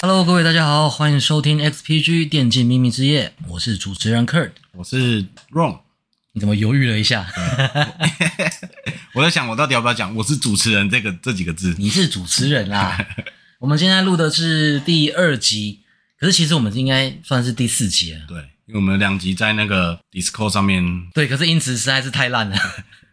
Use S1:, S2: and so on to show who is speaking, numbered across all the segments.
S1: Hello，各位大家好，欢迎收听 XPG 电竞秘密之夜，我是主持人 Kurt。
S2: 我是 Ron，
S1: 你怎么犹豫了一下？
S2: 我在想我到底要不要讲我是主持人这个这几个字。
S1: 你是主持人 啦。我们现在录的是第二集，可是其实我们应该算是第四集了。
S2: 对，因为我们两集在那个 Discord 上面，
S1: 对，可是音质实在是太烂 了，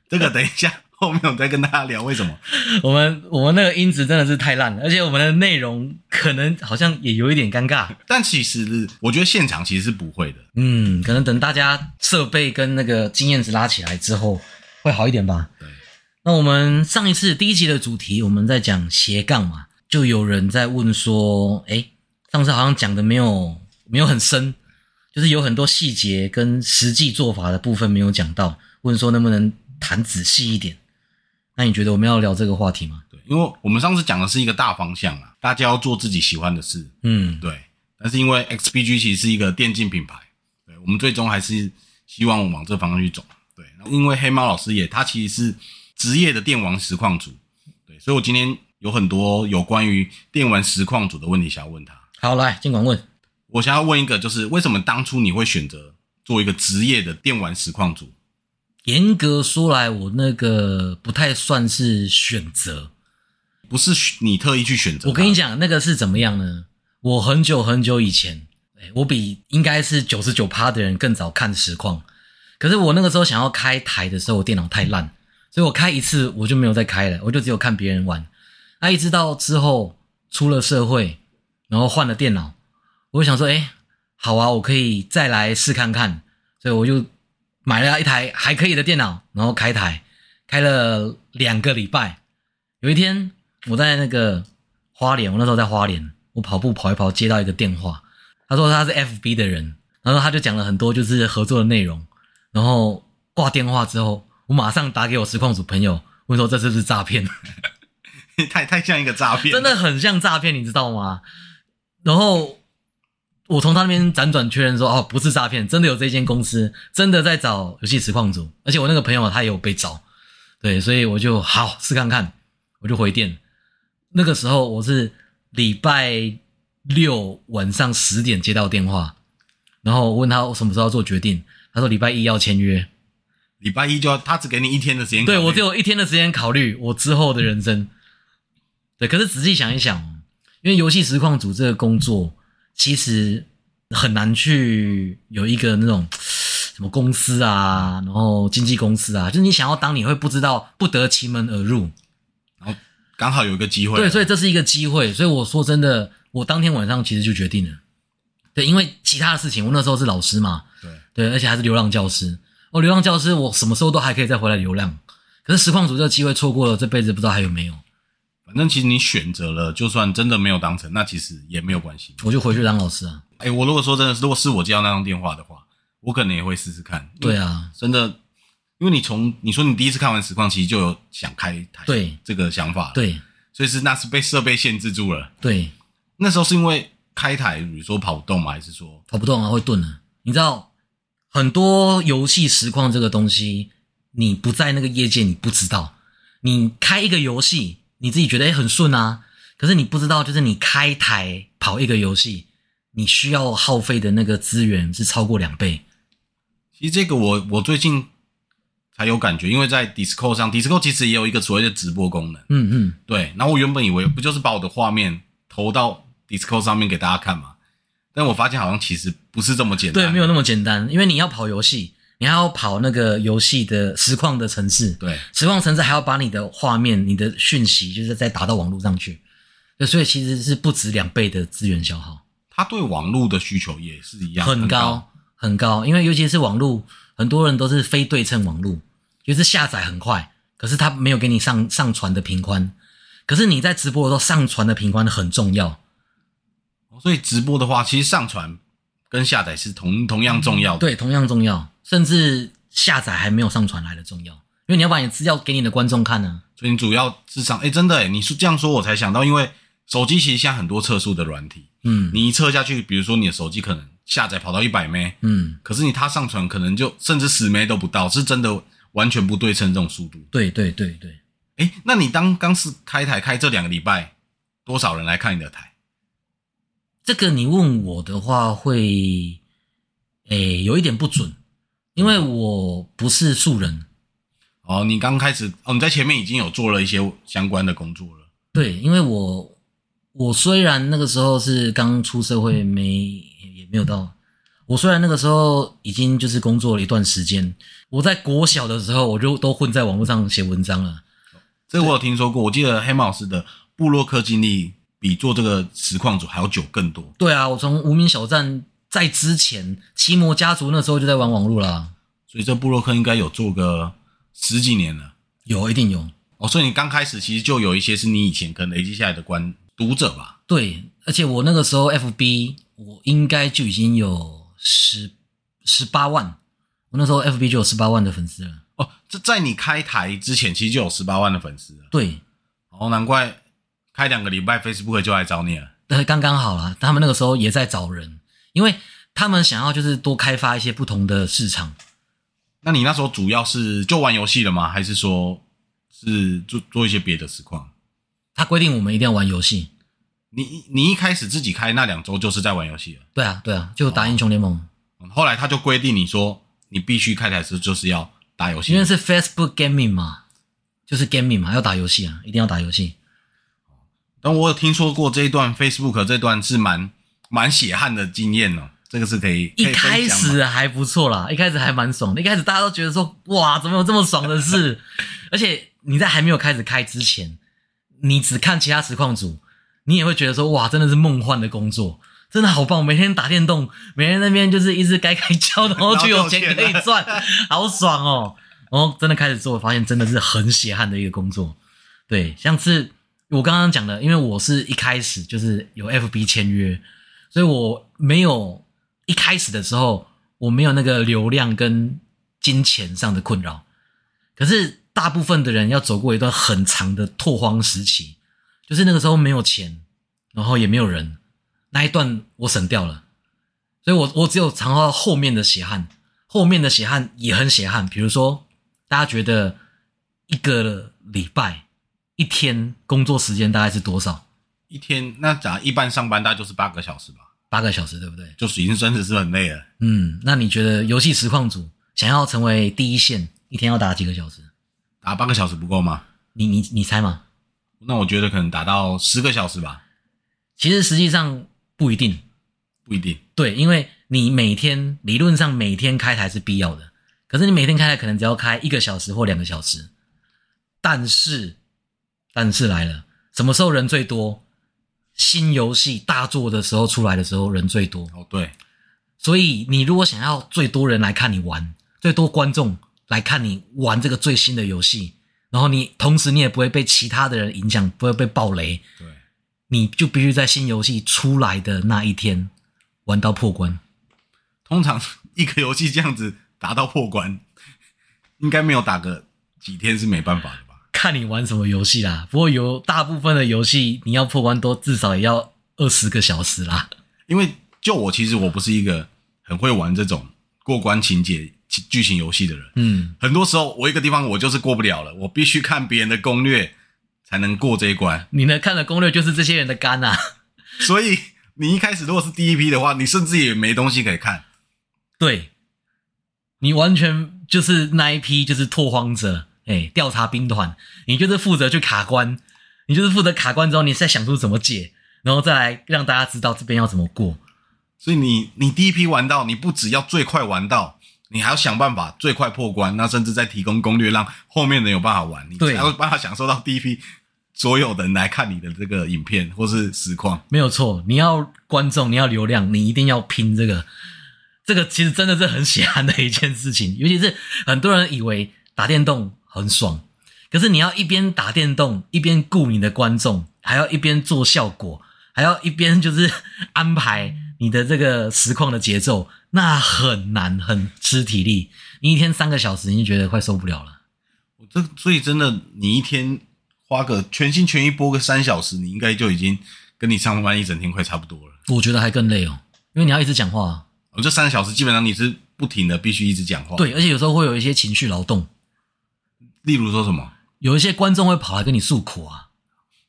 S2: 这个等一下后面我再跟大家聊为什么。
S1: 我们我们那个音质真的是太烂了，而且我们的内容可能好像也有一点尴尬。
S2: 但其实我觉得现场其实是不会的，
S1: 嗯，可能等大家设备跟那个经验值拉起来之后，会好一点吧。
S2: 对。
S1: 那我们上一次第一集的主题，我们在讲斜杠嘛，就有人在问说，诶，上次好像讲的没有没有很深，就是有很多细节跟实际做法的部分没有讲到，问说能不能谈仔细一点？那你觉得我们要聊这个话题吗？
S2: 对，因为我们上次讲的是一个大方向啊，大家要做自己喜欢的事，
S1: 嗯，
S2: 对。但是因为 XPG 其实是一个电竞品牌，对我们最终还是希望往这方向去走。对，然后因为黑猫老师也他其实是职业的电玩实况组，对，所以我今天有很多有关于电玩实况组的问题想要问他。
S1: 好，来尽管问。
S2: 我想要问一个，就是为什么当初你会选择做一个职业的电玩实况组？
S1: 严格说来，我那个不太算是选择，
S2: 不是选你特意去选择它？啊
S1: 我跟你讲，那个是怎么样呢？我很久很久以前，哎我比应该是九十九趴的人更早看实况。可是我那个时候想要开台的时候，我电脑太烂，所以我开一次我就没有再开了，我就只有看别人玩。那一直到之后出了社会，然后换了电脑，我就想说，哎，好啊，我可以再来试看看。所以我就买了一台还可以的电脑，然后开台，开了两个礼拜，有一天，我在那个花莲，我那时候在花莲，我跑步跑一跑，接到一个电话，他说他是 FB 的人，然后他就讲了很多就是合作的内容，然后挂电话之后，我马上打给我实况组朋友，问说这是不是诈骗？
S2: 太太像一个诈骗，
S1: 真的很像诈骗，你知道吗？然后我从他那边辗转确认说，哦，不是诈骗，真的有这间公司，真的在找游戏实况组，而且我那个朋友他也有被找，对，所以我就好试看看，我就回电。那个时候我是礼拜六晚上十点接到电话，然后我问他我什么时候要做决定，他说礼拜一要签约。
S2: 礼拜一就要他只给你一天的时间考
S1: 对
S2: 虑。
S1: 我只有一天的时间考虑我之后的人生。对，可是仔细想一想，因为游戏实况组这个工作其实很难去有一个那种什么公司啊，然后经纪公司啊，就是你想要当，你会不知道不得其门而入。
S2: 然后刚好有一个机会，啊
S1: 对，所以这是一个机会。所以我说真的，我当天晚上其实就决定了。对，因为其他的事情，我那时候是老师嘛，
S2: 对
S1: 对，而且还是流浪教师。哦，流浪教师，我什么时候都还可以再回来流浪。可是实况组这个机会错过了，这辈子不知道还有没有。
S2: 反正其实你选择了，就算真的没有当成，那其实也没有关系。
S1: 我就回去当老师啊。
S2: 哎、我如果说真的是，如果是我接到那通电话的话，我可能也会试试看。
S1: 对，啊，
S2: 真的，因为你从你说你第一次看完实况，其实就有想开台
S1: 对
S2: 这个想法，，
S1: 对
S2: 所以是那是被设备限制住了。
S1: 对，
S2: 那时候是因为开台，比如说跑不动嘛，还是说
S1: 跑不动啊，会顿啊。你知道，很多游戏实况这个东西，你不在那个业界，你不知道。你开一个游戏，你自己觉得诶很顺啊，可是你不知道，就是你开台跑一个游戏，你需要耗费的那个资源是超过两倍。
S2: 其实这个我我最近才有感觉，因为在 Discord 上，Discord 其实也有一个所谓的直播功能。
S1: 嗯嗯，
S2: 对，然后我原本以为不就是把我的画面投到 Discord 上面给大家看嘛，但我发现好像其实不是这么简单。
S1: 对，没有那么简单，因为你要跑游戏，你还要跑那个游戏的实况的城市，
S2: 对，
S1: 实况城市还要把你的画面、你的讯息，就是再打到网络上去，对所以其实是不止两倍的资源消耗，
S2: 他对网络的需求也是一样
S1: 很高很高，因为尤其是网络，很多人都是非对称网络，就是下载很快，可是它没有给你上上传的频宽，可是你在直播的时候上传的频宽很重要，
S2: 所以直播的话，其实上传跟下载是同同样重要的。
S1: 嗯对，同样重要，甚至下载还没有上传来的重要，因为你要把你的资料给你的观众看呢、
S2: 所以你主要智
S1: 嗯
S2: 商，哎，真的诶，你是这样说，我才想到，因为手机其实现在很多测速的软体，
S1: 嗯
S2: 你一测下去，比如说你的手机可能下载跑到一百 m
S1: 嗯，
S2: 可是你它上传可能就甚至十 m 都不到，是真的完全不对称这种速度。
S1: 对对对对。
S2: 哎，那你当刚是开台开这两个礼拜，多少人来看你的台？
S1: 这个你问我的话会，诶有一点不准，因为我不是素人。
S2: 哦，你刚开始哦，你在前面已经有做了一些相关的工作了。
S1: 对，因为我我虽然那个时候是刚出社会没，也没有到，我虽然那个时候已经就是工作了一段时间，我在国小的时候我就都混在网络上写文章了。
S2: 这个我有听说过，我记得黑马老师的布洛克经历比做这个实况组还要久更多。
S1: 对啊，我从无名小站在之前，奇摩家族那时候就在玩网络啦，
S2: 所以这布洛克应该有做个十几年了
S1: 有一定有。
S2: 哦。所以你刚开始其实就有一些是你以前可能累积下来的观读者吧？
S1: 对，而且我那个时候 FB 我应该就已经有十十八万，我那时候 FB 就有十八万的粉丝了。
S2: 哦，这在你开台之前其实就有十八万的粉丝了。
S1: 对，
S2: 哦，难怪开两个礼拜 Facebook 就来找你了。
S1: 呃，刚刚好啦，他们那个时候也在找人，因为他们想要就是多开发一些不同的市场。
S2: 那你那时候主要是就玩游戏了吗？还是说是做做一些别的实况？
S1: 他规定我们一定要玩游戏，
S2: 你你一开始自己开那两周就是在玩游戏了。
S1: 对啊，对啊，就打英雄联盟，
S2: 后来他就规定你说你必须开台时就是要打游戏
S1: 因，为是 Facebook Gaming 嘛，就是 Gaming 嘛，要打游戏啊，一定要打游戏。
S2: 但我有听说过这一段 Facebook 这段是蛮蛮血汗的经验哦，这个是可以
S1: 一
S2: 可以分
S1: 开
S2: 享吗
S1: 始还不错啦，一开始还蛮爽的。一开始大家都觉得说，哇，怎么有这么爽的事？ 而且你在还没有开始开之前，你只看其他实况组，你也会觉得说，哇，真的是梦幻的工作，真的好棒！每天打电动，每天那边就是一直该开交，然后就有钱可以赚，好爽哦。然后真的开始做，发现真的是很血汗哦的一个工作。对，像是我刚刚讲的，因为我是一开始就是有 FB 签约，所以我没有一开始的时候我没有那个流量跟金钱上的困扰。可是大部分的人要走过一段很长的拓荒时期，就是那个时候没有钱，然后也没有人，那一段我省掉了，所以我我只有尝到后面的血汗，后面的血汗也很血汗。比如说，大家觉得一个礼拜一天工作时间大概是多少？
S2: 一天那假一般上班大概就是八个小时吧，
S1: 八个小时，对不对？
S2: 就已经真的是很累了。
S1: 嗯，那你觉得游戏实况组想要成为第一线，一天要打几个小时？
S2: 打八个小时不够吗？
S1: 你你你猜嘛？
S2: 那我觉得可能打到十个小时吧，
S1: 其实实际上不一定，
S2: 不一定。
S1: 对，因为你每天理论上每天开台是必要的，可是你每天开台可能只要开一个小时或两个小时。但是，但是来了，什么时候人最多？新游戏大作的时候出来的时候人最多，
S2: 哦，对，
S1: 所以你如果想要最多人来看你玩，最多观众来看你玩这个最新的游戏，然后你同时你也不会被其他的人影响，不会被暴雷，
S2: 对，
S1: 你就必须在新游戏出来的那一天玩到破关。
S2: 通常一个游戏这样子打到破关，应该没有打个几天是没办法的吧？
S1: 看你玩什么游戏啦。不过有大部分的游戏，你要破关都至少也要二十个小时啦。
S2: 因为就我其实我不是一个很会玩这种过关情节剧剧情游戏的人，
S1: 嗯，
S2: 很多时候我一个地方我就是过不了了，我必须看别人的攻略才能过这一关。
S1: 你呢看了攻略就是这些人的肝啊。
S2: 所以你一开始如果是第一批的话，你甚至也没东西可以看。
S1: 对，你完全就是那一批就是拓荒者，哎、调查兵团，你就是负责去卡关，你就是负责卡关之后，你再想出怎么解，然后再来让大家知道这边要怎么过。
S2: 所以你你第一批玩到，你不只要最快玩到，你还要想办法最快破关，那甚至再提供攻略，让后面的人有办法玩，你才
S1: 对
S2: 有办法享受到第一批所有人来看你的这个影片或是实况。
S1: 没有错，你要观众，你要流量，你一定要拼这个。这个其实真的是很血汗的一件事情，尤其是很多人以为打电动很爽，可是你要一边打电动，一边顾你的观众，还要一边做效果，还要一边就是安排你的这个实况的节奏，那很难，很吃体力。你一天三个小时，你就觉得快受不了了。
S2: 我这所以真的，你一天花个全心全意播个三小时，你应该就已经跟你上班一整天快差不多了。
S1: 我觉得还更累哦，因为你要一直讲话，
S2: 我这三小时基本上你是不停的，必须一直讲话。
S1: 对，，而且有时候会有一些情绪劳动。
S2: 例如说什么，
S1: 有一些观众会跑来跟你诉苦啊，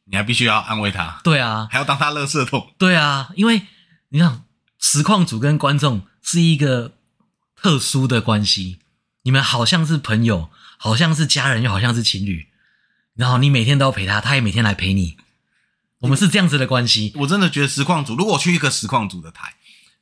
S2: 你还必须要安慰他，
S1: 对啊，
S2: 还要当他垃圾桶。
S1: 对啊，因为你想实况组跟观众是一个特殊的关系，你们好像是朋友，好像是家人，又好像是情侣，然后你每天都要陪他，他也每天来陪你，我们是这样子的关系。
S2: 我真的觉得实况组，如果我去一个实况组的台，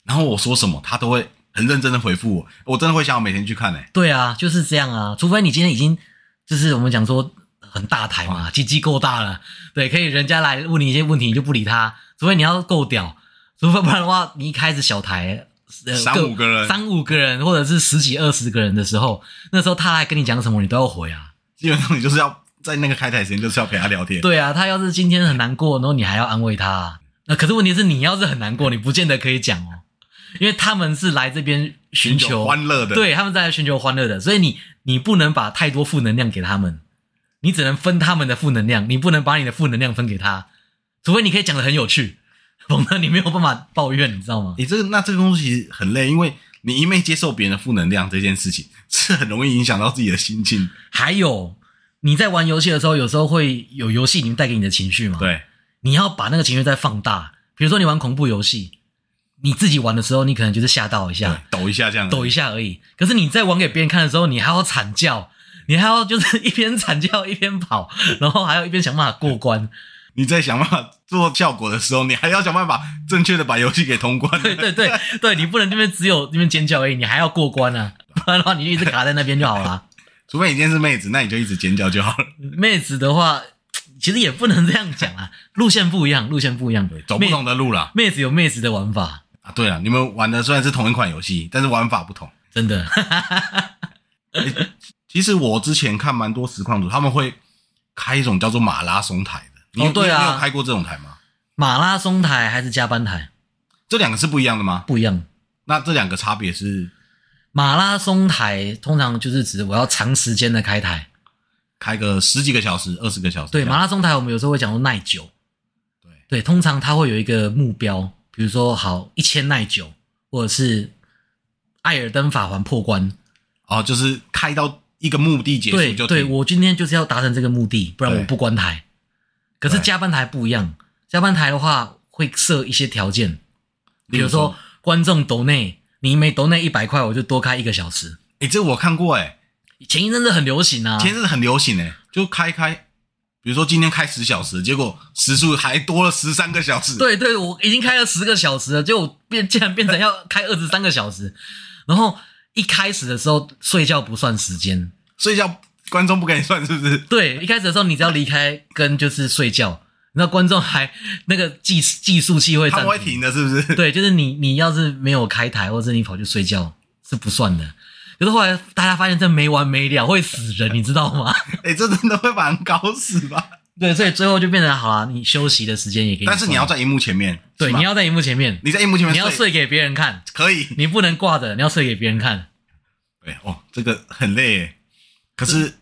S2: 然后我说什么，他都会很认真的回复我，我真的会想要每天去看欸诶、
S1: 对啊，就是这样啊，除非你今天已经就是我们讲说很大台嘛，鸡鸡够大了，对，可以人家来问你一些问题，你就不理他，除非你要够屌，除非不然的话，你一开始小台。呃
S2: 三五个人
S1: 三五个人，或者是十几二十个人的时候，那时候他来跟你讲什么，你都要回啊。
S2: 基本上你就是要在那个开台时间就是要陪他聊天。
S1: 对啊，他要是今天很难过，然后你还要安慰他，那可是问题是你要是很难过，你不见得可以讲哦，因为他们是来这边寻求
S2: 欢乐的，，
S1: 对他们在来寻求欢乐的，所以你你不能把太多负能量给他们，你只能分他们的负能量，你不能把你的负能量分给他，除非你可以讲的很有趣，否则你没有办法抱怨，你知道吗？
S2: 哎你、这个那这个东西其实很累，因为你一昧接受别人的负能量这件事情，是很容易影响到自己的心情。
S1: 还有你在玩游戏的时候，有时候会有游戏里面带给你的情绪嘛？，
S2: 对，
S1: 你要把那个情绪再放大，比如说你玩恐怖游戏，你自己玩的时候，你可能就是吓到一下，
S2: 对抖一下这样子，
S1: 抖一下而已。可是你在玩给别人看的时候，你还要惨叫，你还要就是一边惨叫一边跑，然后还要一边想办法过关。
S2: 你在想办法做效果的时候，你还要想办法正确的把游戏给通 关。
S1: 对对对对，你不能这边只有这边尖叫而已，你还要过关啊，不然的话你就一直卡在那边就好啦。
S2: 除非你今天是妹子，那你就一直尖叫就好了。
S1: 妹子的话，其实也不能这样讲啊，路线不一样，路线不一样，
S2: 对，走不同的路啦。
S1: 妹。妹子有妹子的玩法，
S2: 啊，对了，你们玩的虽然是同一款游戏，但是玩法不同。
S1: 真的。
S2: 欸其实我之前看蛮多实况组，他们会开一种叫做马拉松台的。你有
S1: 哦对啊
S2: 你有你有开过这种台吗？
S1: 马拉松台还是加班台
S2: 这两个是不一样的吗？
S1: 不一样。
S2: 那这两个差别是
S1: 马拉松台通常就是指我要长时间的开台，
S2: 开个十几个小时、二十个小时这
S1: 对，
S2: 样？
S1: 马拉松台我们有时候会讲说耐久，
S2: 对
S1: 对，通常它会有一个目标，比如说好一千耐久，或者是艾尔登法环破关，
S2: 哦，就是开到一个目的结束
S1: 对
S2: 就
S1: 对，
S2: 停
S1: 我今天就是要达成这个目的，不然
S2: 对
S1: 我不关台。可是
S2: 对
S1: 加班台不一样，加班台的话会设一些条件，比
S2: 例如
S1: 如
S2: 说
S1: 说观众抖内，你每抖内一百块，我就多开一个小时。
S2: 哎、这我看过哎、
S1: 前一阵子很流行啊，
S2: 前阵子很流行哎、就开开，比如说今天开十小时，结果时速还多了十三个小时。
S1: 对对，我已经开了十个小时了，结果变竟然变成要开二十三个小时。 然后一开始的时候睡觉不算时间，
S2: 睡觉观众不给你算是不是？
S1: 对，一开始的时候你只要离开跟就是睡觉，那观众还那个计计数器会
S2: 他
S1: 暂
S2: 们会
S1: 停
S2: 停。的，是不是？
S1: 对，就是你你要是没有开台，或者你跑去睡觉是不算的。可是后来大家发现这没完没了，会死人，你知道吗？
S2: 哎、这真的会把人搞死吧？
S1: 对，所以最后就变成好啦，你休息的时间也给你算，
S2: 但是你要在荧幕前面，
S1: 对，
S2: 是吗
S1: 你要在荧幕前面，
S2: 你在荧幕前面
S1: 你要睡给别人看，
S2: 可以。
S1: 你不能挂着，你要睡给别人看。
S2: 对哦，这个很累耶，可是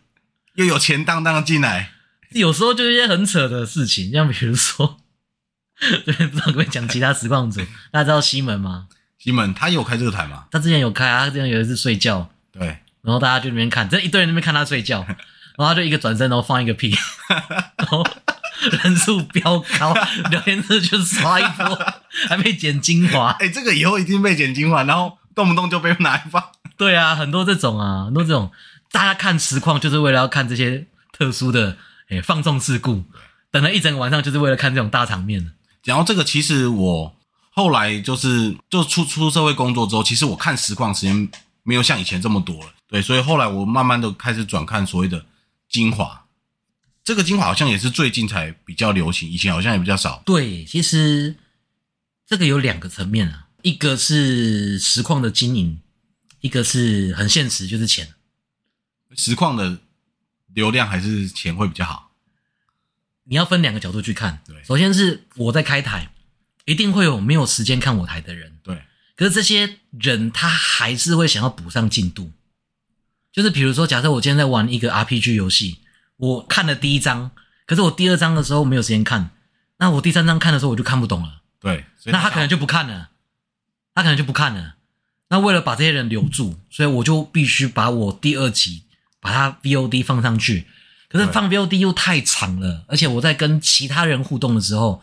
S2: 又有钱当当进来，
S1: 有时候就是一些很扯的事情，像比如说， 对，不知道可不可以讲其他实况组？大家知道西门吗？
S2: 西门他有开这个台吗？
S1: 他之前有开啊，他之前有一次睡觉，
S2: 对，
S1: 然后大家就在那边看，真的一堆人在那边看他睡觉，然后他就一个转身，然后放一个屁，然后人数飙高，聊天室就刷一波，还被剪精华。
S2: 哎，这个以后一定被剪精华，然后动不动就被拿来放。
S1: 对啊，很多这种啊，很多这种，大家看实况就是为了要看这些特殊的诶、放纵事故，等了一整个晚上就是为了看这种大场面。
S2: 然后这个其实我后来就是就出出社会工作之后，其实我看实况时间没有像以前这么多了，对，所以后来我慢慢的开始转看所谓的精华，这个精华好像也是最近才比较流行，以前好像也比较少。
S1: 对，其实这个有两个层面啊，一个是实况的经营，一个是很现实，就是钱。啊
S2: 实况的流量还是钱会比较好，
S1: 你要分两个角度去看。
S2: 对
S1: 首先是我在开台，一定会有没有时间看我台的人，
S2: 对，
S1: 可是这些人他还是会想要补上进度。就是比如说，假设我今天在玩一个 RPG 游戏，我看了第一章，可是我第二章的时候没有时间看，那我第三章看的时候我就看不懂了。
S2: 对，所以
S1: 那他可能就不看了，他可能就不看了。那为了把这些人留住，所以我就必须把我第二集把它 VOD 放上去。可是
S2: 对
S1: 放 VOD 又太长了，而且我在跟其他人互动的时候，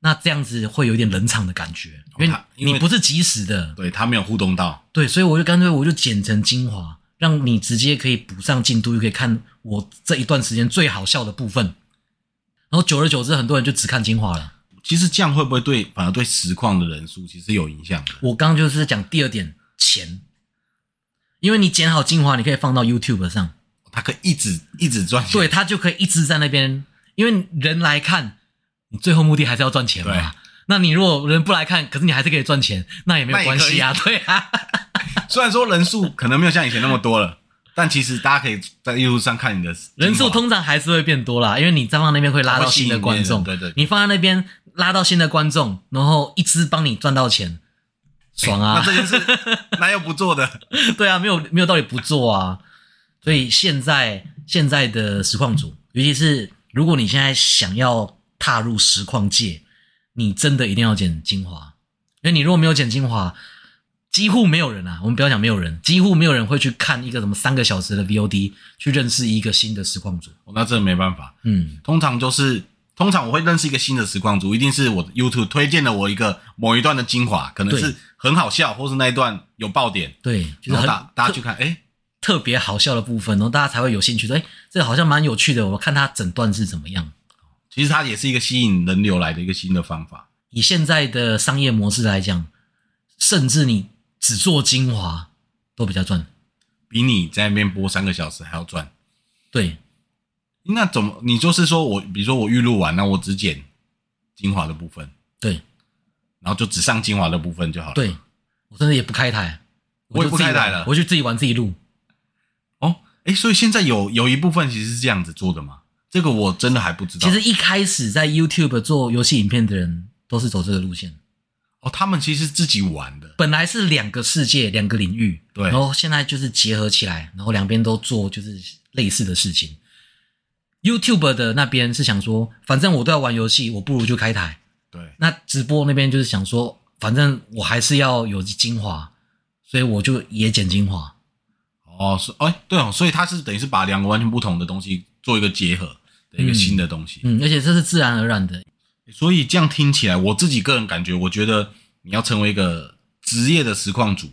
S1: 那这样子会有点冷场的感觉，因为
S2: 它哦因为
S1: 你不是及时的，
S2: 对他没有互动到，
S1: 对，所以我就干脆我就剪成精华，让你直接可以补上进度，又可以看我这一段时间最好笑的部分。然后久而久之，很多人就只看精华了。
S2: 其实这样会不会对反而对实况的人数其实有影响的？
S1: 我刚刚就是讲第二点钱，因为你剪好精华，你可以放到 YouTube 上，
S2: 他可以一直一直赚钱，
S1: 对，它就可以一直在那边。因为人来看，你最后目的还是要赚钱
S2: 对
S1: 嘛。那你如果人不来看，可是你还是可以赚钱，那也没
S2: 那
S1: 有
S2: 也可
S1: 关
S2: 以
S1: 系啊，对 啊。
S2: 虽然说人数可能没有像以前那么多了，但其实大家可以在 YouTube 上看你的精华
S1: 人数通常还是会变多啦，因为你再放那边会拉到新的观众，
S2: 会吸引别人对对对
S1: 你放在那边拉到新的观众，然后一支帮你赚到钱，爽啊
S2: 那！这件事哪有不做的？
S1: 对啊，没有没有道理不做啊。所以现在现在的实况组，尤其是如果你现在想要踏入实况界，你真的一定要剪精华，因为你如果没有剪精华，几乎没有人啊，我们不要讲没有人，几乎没有人会去看一个什么三个小时的 VOD 去认识一个新的实况组，
S2: 哦那真的没办法。
S1: 嗯。
S2: 通常就是，通常我会认识一个新的实况组，一定是我的 YouTube 推荐了我一个某一段的精华，可能
S1: 对
S2: 是很好笑，或是那一段有爆点，
S1: 对，就是
S2: 然后
S1: 很
S2: 大大家
S1: 特
S2: 去看，哎，
S1: 特别好笑的部分，然后大家才会有兴趣说，哎，这个好像蛮有趣的，我看他整段是怎么样。
S2: 其实它也是一个吸引人流来的一个新的方法。
S1: 以现在的商业模式来讲，甚至你只做精华都比较赚。
S2: 比你在那边播三个小时还要赚。
S1: 对，
S2: 那怎么？你就是说我，比如说我预录完，那我只剪精华的部分，
S1: 对，
S2: 然后就只上精华的部分就好了。，
S1: 对，我甚至也不开台，
S2: 我也
S1: 就
S2: 不
S1: 自己
S2: 开台
S1: 玩
S2: 了
S1: 我就自己玩自己录。
S2: 哦，哎，所以现在有有一部分其实是这样子做的嘛？这个我真的还不知道。
S1: 其实一开始在 YouTube 做游戏影片的人都是走这个路线，
S2: 哦，他们其实自己玩的，
S1: 本来是两个世界、两个领域，
S2: 对
S1: 然后现在就是结合起来，然后两边都做就是类似的事情。YouTube 的那边是想说，反正我都要玩游戏，我不如就开台。
S2: 对，
S1: 那直播那边就是想说，反正我还是要有精华，所以我就也剪精华。
S2: 哦，是，哎，对哦，所以他是等于是把两个完全不同的东西做一个结合的一个
S1: 嗯
S2: 新的东西。
S1: 嗯，而且这是自然而然的，
S2: 所以这样听起来，我自己个人感觉，我觉得你要成为一个职业的实况主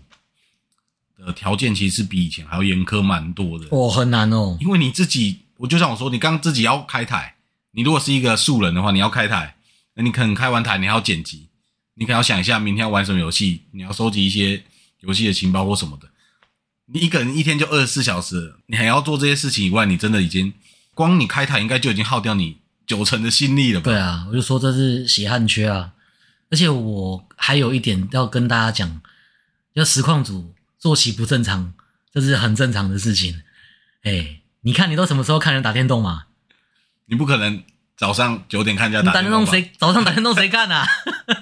S2: 的条件，其实是比以前还要严苛蛮多的。
S1: 哦，很难哦。
S2: 因为你自己，我就像我说，你刚刚自己要开台，你如果是一个素人的话，你要开台，那你可能开完台，你还要剪辑，你可能要想一下明天要玩什么游戏，你要收集一些游戏的情报或什么的。你一个人一天就二十四小时了，你还要做这些事情以外，你真的已经光你开台应该就已经耗掉你九成的心力了吧？
S1: 对啊，我就说这是血汗缺啊。而且我还有一点要跟大家讲，要实况组作息不正常，这是很正常的事情。哎，你看你都什么时候看人打电动嘛？
S2: 你不可能早上九点看人
S1: 你
S2: 家
S1: 打
S2: 打
S1: 电
S2: 电
S1: 动
S2: 动吧？
S1: 谁早上打电动谁看啊？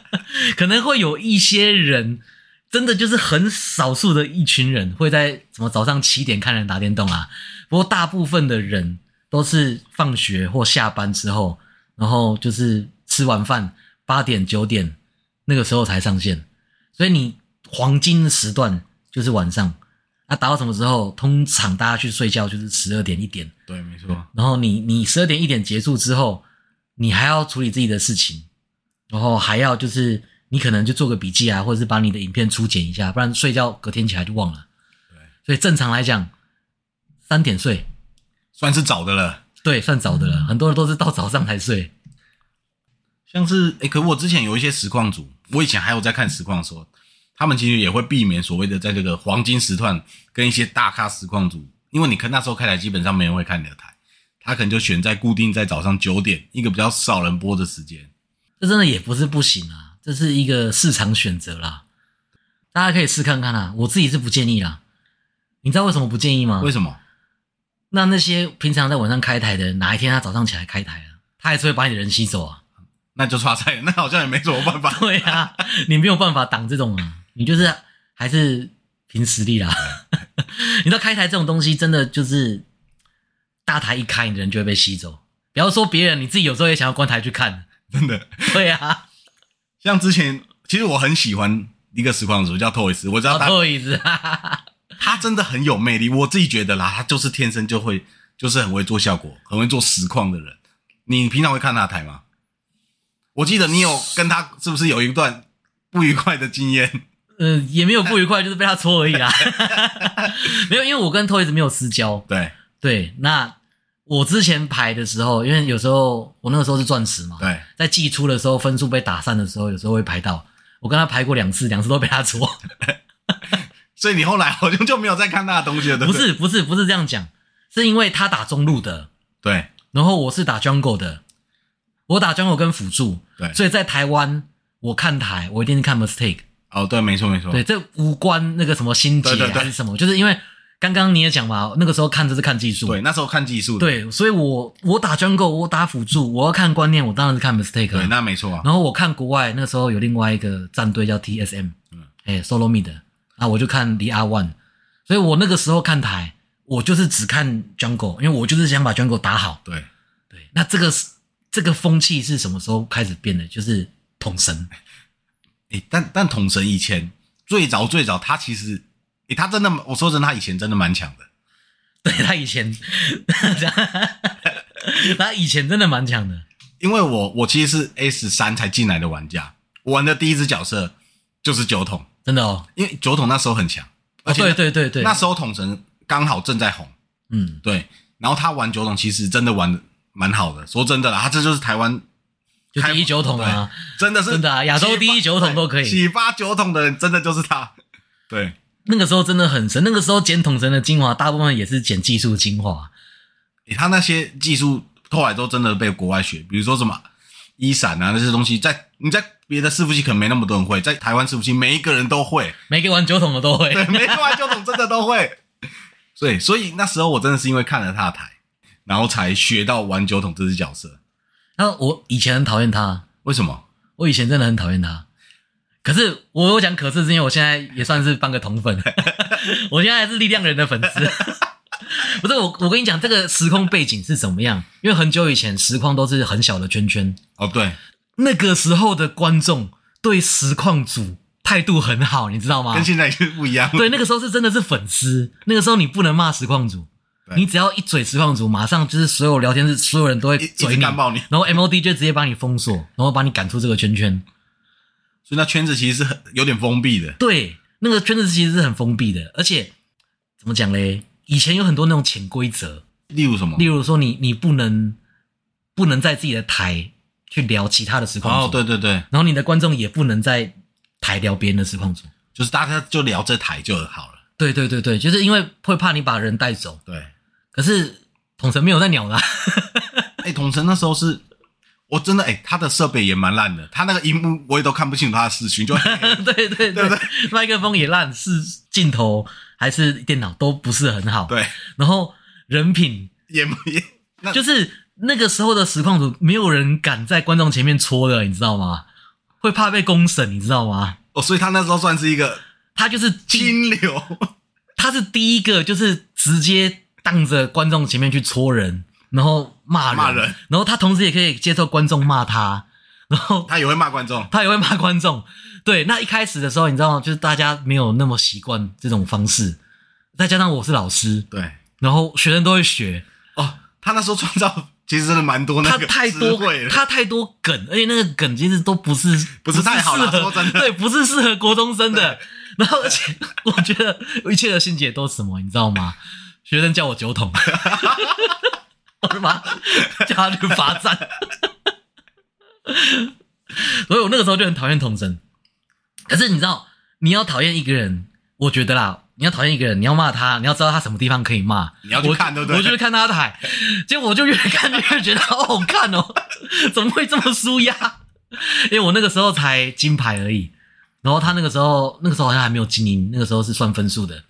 S1: 可能会有一些人，真的就是很少数的一群人会在什么早上七点看人打电动啊。不过大部分的人都是放学或下班之后，然后就是吃完饭八点九点那个时候才上线，所以你黄金时段就是晚上。那、打到什么时候？通常大家去睡觉就是十二点一点。
S2: 对，没错，
S1: 然后你你十二点一点结束之后，你还要处理自己的事情，然后还要就是你可能就做个笔记啊，或者是把你的影片初剪一下，不然睡觉隔天起来就忘了。所以正常来讲，三点睡，
S2: 算是早的了。
S1: 对，算早的
S2: 嗯
S1: 了。很多人都是到早上才睡。
S2: 像是诶，可我之前有一些实况组，我以前还有在看实况的时候，他们其实也会避免所谓的在这个黄金时段跟一些大咖实况组，因为你看那时候开台基本上没人会看你的台，他可能就选在固定在早上九点一个比较少人播的时间。
S1: 这真的也不是不行啊，这是一个市场选择啦，大家可以试看看啊。我自己是不建议啦，你知道为什么不建议吗？
S2: 为什么？
S1: 那那些平常在晚上开台的人，哪一天他早上起来开台了，他还是会把你的人吸走啊。
S2: 那就刷菜，那好像也没什么办法。
S1: 对啊，你没有办法挡这种啊，你就是还是凭实力啦。 你知道开台这种东西，真的就是大台一开，你的人就会被吸走。不要说别人，你自己有时候也想要关台去看。
S2: 真的。
S1: 对啊，
S2: 像之前，其实我很喜欢一个实况组叫 Toys，我知道
S1: 找
S2: 他
S1: 错椅子啊。
S2: 他真的很有魅力，我自己觉得啦，他就是天生就会，就是很会做效果，很会做实况的人。你平常会看他的台吗？我记得你有跟他是不是有一段不愉快的经验？
S1: 呃，也没有不愉快，就是被他戳而已啦。 没有，因为我跟 Toys 没有私交。
S2: 对
S1: 对，那我之前排的时候，因为有时候我那个时候是钻石嘛，
S2: 对，
S1: 在季初的时候分数被打散的时候，有时候会排到。我跟他排过两次，两次都被他戳。
S2: 所以你后来好像就没有再看他的东西了，对
S1: 不
S2: 不对？
S1: 是不是不是这样讲，是因为他打中路的，
S2: 对
S1: 然后我是打 jungle 的，我打 jungle 跟辅助，
S2: 对，
S1: 所以在台湾我看台我一定是看 mistake。
S2: 哦对，没错没错，
S1: 对，这无关那个什么心结
S2: 对对对
S1: 还是什么，就是因为刚刚你也讲嘛，那个时候看就是看技术，
S2: 对那时候看技术的，
S1: 对所以我我打 jungle，我打辅助，我要看观念，我当然是看 mistake
S2: 对，
S1: 啊。
S2: 那没错啊，
S1: 然后我看国外那个时候有另外一个战队叫 TSM，
S2: 嗯
S1: 哎、solo mid 的啊，我就看 The R One，所以我那个时候看台，我就是只看 jungle，因为我就是想把 jungle 打好。
S2: 对，
S1: 对，那这个是这个风气是什么时候开始变的？就是统神，
S2: 诶，但但统神以前最早最早他其实，诶，他真的，我说真的，他以前真的蛮强的，
S1: 对他以前， 他以前真的蛮强的。
S2: 因为我我其实是 S 三才进来的玩家，我玩的第一只角色就是酒桶，
S1: 真的哦，
S2: 因为酒桶那时候很强，而
S1: 哦
S2: 且
S1: 对对对对，
S2: 那时候统神刚好正在红，
S1: 嗯，
S2: 对，然后他玩酒桶其实真的玩的蛮好的，说真的啦，他这就是台湾
S1: 就第一酒桶啊，
S2: 真的是
S1: 真的啊亚洲第一酒桶都可以
S2: 启发酒桶的人真的就是他，对，
S1: 那个时候真的很神。那个时候捡桶神的精华，大部分也是捡技术精华。
S2: 欸他那些技术后来都真的被国外学，比如说什么一闪啊那些东西，在你在别的伺服器可能没那么多人会，在台湾伺服器每一个人都会，
S1: 每个玩酒桶的都 会，
S2: 对，每个玩酒桶真的都会。所以，所以那时候我真的是因为看了他的台，然后才学到玩酒桶这只角色。
S1: 然后我以前很讨厌他，
S2: 为什么？
S1: 我以前真的很讨厌他。可是我有讲，可是是因为我现在也算是半个铜粉， 我现在还是力量人的粉丝。 不是我，我跟你讲，这个时空背景是怎么样？因为很久以前，实况都是很小的圈圈，
S2: 哦，对，
S1: 那个时候的观众对实况组态度很好，你知道吗
S2: 跟？现在是不一样。
S1: 啊对，那个时候是真的是粉丝，那个时候你不能骂实况组，
S2: 对
S1: 你只要一嘴实况组，马上就是所有聊天室所有人都会
S2: 一一
S1: 嘴
S2: 直
S1: 你，
S2: 干爆你
S1: 然后 MOD 就直接把你封锁，然后把你赶出这个圈圈。
S2: 所以那圈子其实是很有点封闭的。
S1: 对，那个圈子其实是很封闭的，而且怎么讲嘞？以前有很多那种潜规则，
S2: 例如什么
S1: 例？如说你你不能不能在自己的台去聊其他的实况组，
S2: 哦，对对对，
S1: 然后你的观众也不能在台聊别人的实况组。
S2: 就是大家就聊这台就好了。
S1: 对对对对，就是因为会怕你把人带走，
S2: 对，
S1: 可是统神没有在鸟啦、
S2: 哎、统神那时候是，我真的哎、他的设备也蛮烂的，他那个荧幕我也都看不清楚他的 视讯，就黑黑的
S1: 对对
S2: 对
S1: 对
S2: 不对，
S1: 麦克风也烂，是镜头还是电脑都不是很好。，
S2: 对，
S1: 然后人品
S2: 也不也那
S1: 就是那个时候的实况组，没有人敢在观众前面戳的，你知道吗？会怕被公审，你知道吗？
S2: 哦，所以他那时候算是一个
S1: 他就是第，
S2: 清流，
S1: 他是第一个，就是直接当着观众前面去戳人，然后骂人，
S2: 骂人
S1: 然后他同时也可以接受观众骂他，然后
S2: 他也会骂观众，
S1: 他也会骂观众。对，那一开始的时候，你知道，就是大家没有那么习惯这种方式，再加上我是老师，
S2: 对，
S1: 然后学生都会学，
S2: 哦，他那时候创造其实真的蛮多那
S1: 他
S2: 个
S1: 太多
S2: 词汇了，
S1: 他太多梗，而且那个梗其实都不是
S2: 不是太好
S1: 适
S2: 啦
S1: 合
S2: 说真的
S1: 对，不是适合国中生的。然后，而且我觉得一切的心结都是什么，你知道吗？学生叫我酒桶， 我他妈叫他去罚站。所以我那个时候就很讨厌童真。可是你知道，你要讨厌一个人，我觉得啦，你要讨厌一个人，你要骂他，你要知道他什么地方可以骂，
S2: 你要去看
S1: 我
S2: 对不对
S1: 我就去看他的 海，结果我就越看越觉得 好好看哦，怎么会这么舒压？因为我那个时候才金牌而已，然后他那个时候那个时候好像还没有精英，那个时候是算分数的，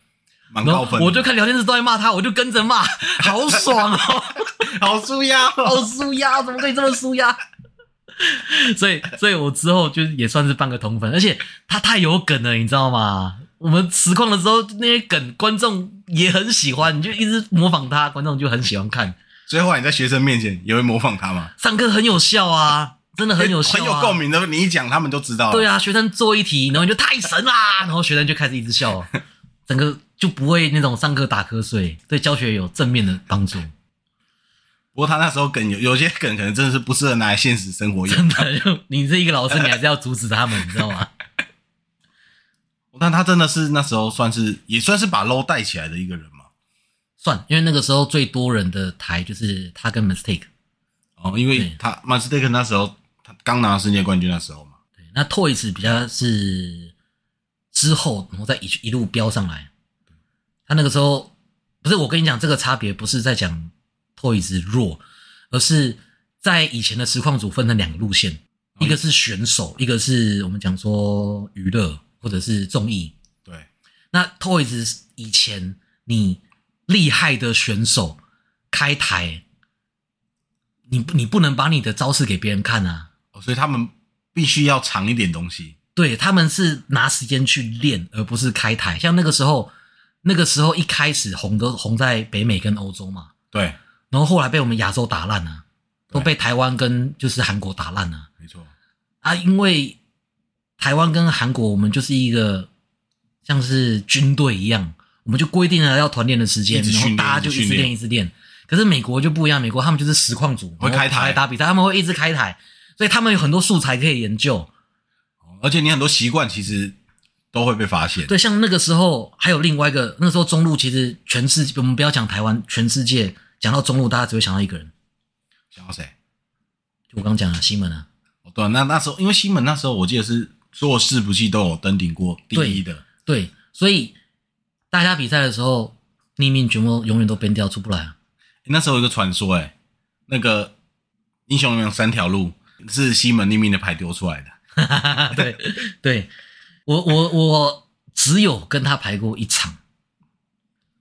S2: 蛮
S1: 然
S2: 高
S1: 后
S2: 分的，
S1: 我就看聊天室都在骂他，我就跟着 骂，好爽哦。
S2: 好舒压、哦，
S1: 好舒压，怎么可以这么舒压？所以，所以我之后就也算是半个同粉，而且他太有梗了，你知道吗？我们实况的时候那些梗，观众也很喜欢，你就一直模仿他，观众就很喜欢看。
S2: 所以后来你在学生面前也会模仿他嘛，
S1: 上课很有效啊，真的很有效、啊，
S2: 很有哎共。鸣的，你一讲他们就知道了，
S1: 对
S2: 啊，
S1: 啊，学生做一题，然后你就太神啦， 然后学生就开始一直笑，整个就不会那种上课打瞌睡，对教学有正面的帮助。
S2: 不过他那时候梗有有些梗可能真的是不适合拿来现实生活用
S1: 真，的，就你是一个老师，你还是要阻止他们，你知道吗？
S2: 但他真的是那时候算是也算是把 low 带起来的一个人嘛。
S1: 算，因为那个时候最多人的台就是他跟 Mistake。
S2: 哦，因为
S1: 对
S2: 他 m a s t a k 那时候他刚拿世界冠军那时候嘛，
S1: 对，那 Toys 比较是之后，然后再一一路飙上来。他那个时候不是我跟你讲，这个差别不是在讲 Toys 弱，而是在以前的实况组分成两个路线，一个是选手，一个是我们讲说娱乐或者是综艺。
S2: 对，
S1: 那 Toys 以前你厉害的选手开台，你不你不能把你的招式给别人看啊。
S2: 哦所以他们必须要藏一点东西。
S1: 对他们是拿时间去练，而不是开台。像那个时候，那个时候一开始红都红在北美跟欧洲嘛，
S2: 对，
S1: 然后后来被我们亚洲打烂了、啊，都
S2: 对
S1: 被台湾跟就是韩国打烂了
S2: 没错，
S1: 啊啊！因为台湾跟韩国，我们就是一个像是军队一样，我们就规定了要团练的时间，
S2: 一直
S1: 然后
S2: 训练
S1: 大家就
S2: 一
S1: 一
S2: 直
S1: 直
S2: 训练
S1: 练一直练。可是美国就不一样，美国他们就是实况组
S2: 会开台
S1: 然后打比赛，他们会一直开台，所以他们有很多素材可以研究。
S2: 哦而且你很多习惯其实都会被发现。
S1: 对，像那个时候还有另外一个，那时候中路其实全世界，我们不要讲台湾，全世界讲到中路，大家只会想到一个人，
S2: 想到谁？
S1: 就我刚讲的西门啊。
S2: 哦，对，那那时候因为西门那时候我记得是所有伺服器都有登顶过第一的，
S1: 对，所以大家比赛的时候，逆命卷魔永远都编掉出不来啊。
S2: 那时候有一个传说、哎，那个英雄联盟三条路是西门立命的牌丢出来的。
S1: 啊 对，对我我我只有跟他排过一场，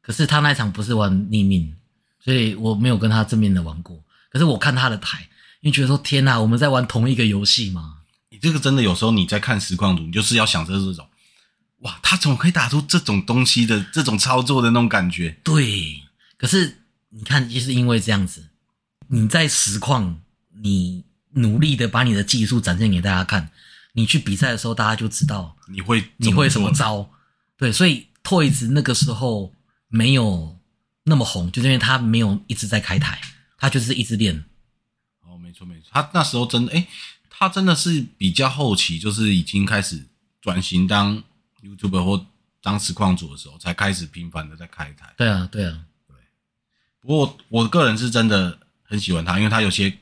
S1: 可是他那一场不是玩逆命，所以我没有跟他正面的玩过。可是我看他的台，因为觉得说天啊哪，我们在玩同一个游戏嘛。
S2: 你这个真的有时候你在看实况组，你就是要想着这种，哇，他怎么可以打出这种东西的这种操作的那种感觉？
S1: 对，可是你看，就是因为这样子，你在实况，你努力的把你的技术展现给大家看，你去比赛的时候，大家就知道
S2: 你会
S1: 你会什么
S2: 做？
S1: 招。对，所以 Toys 那个时候没有那么红，就是因为他没有一直在开台，他就是一直练。
S2: 哦，没错没错，他那时候真的，哎、他真的是比较后期，就是已经开始转型当 YouTuber 或当实况组的时候，才开始频繁的在开台。
S1: 对啊，对啊，
S2: 不过我个人是真的很喜欢他，因为他有些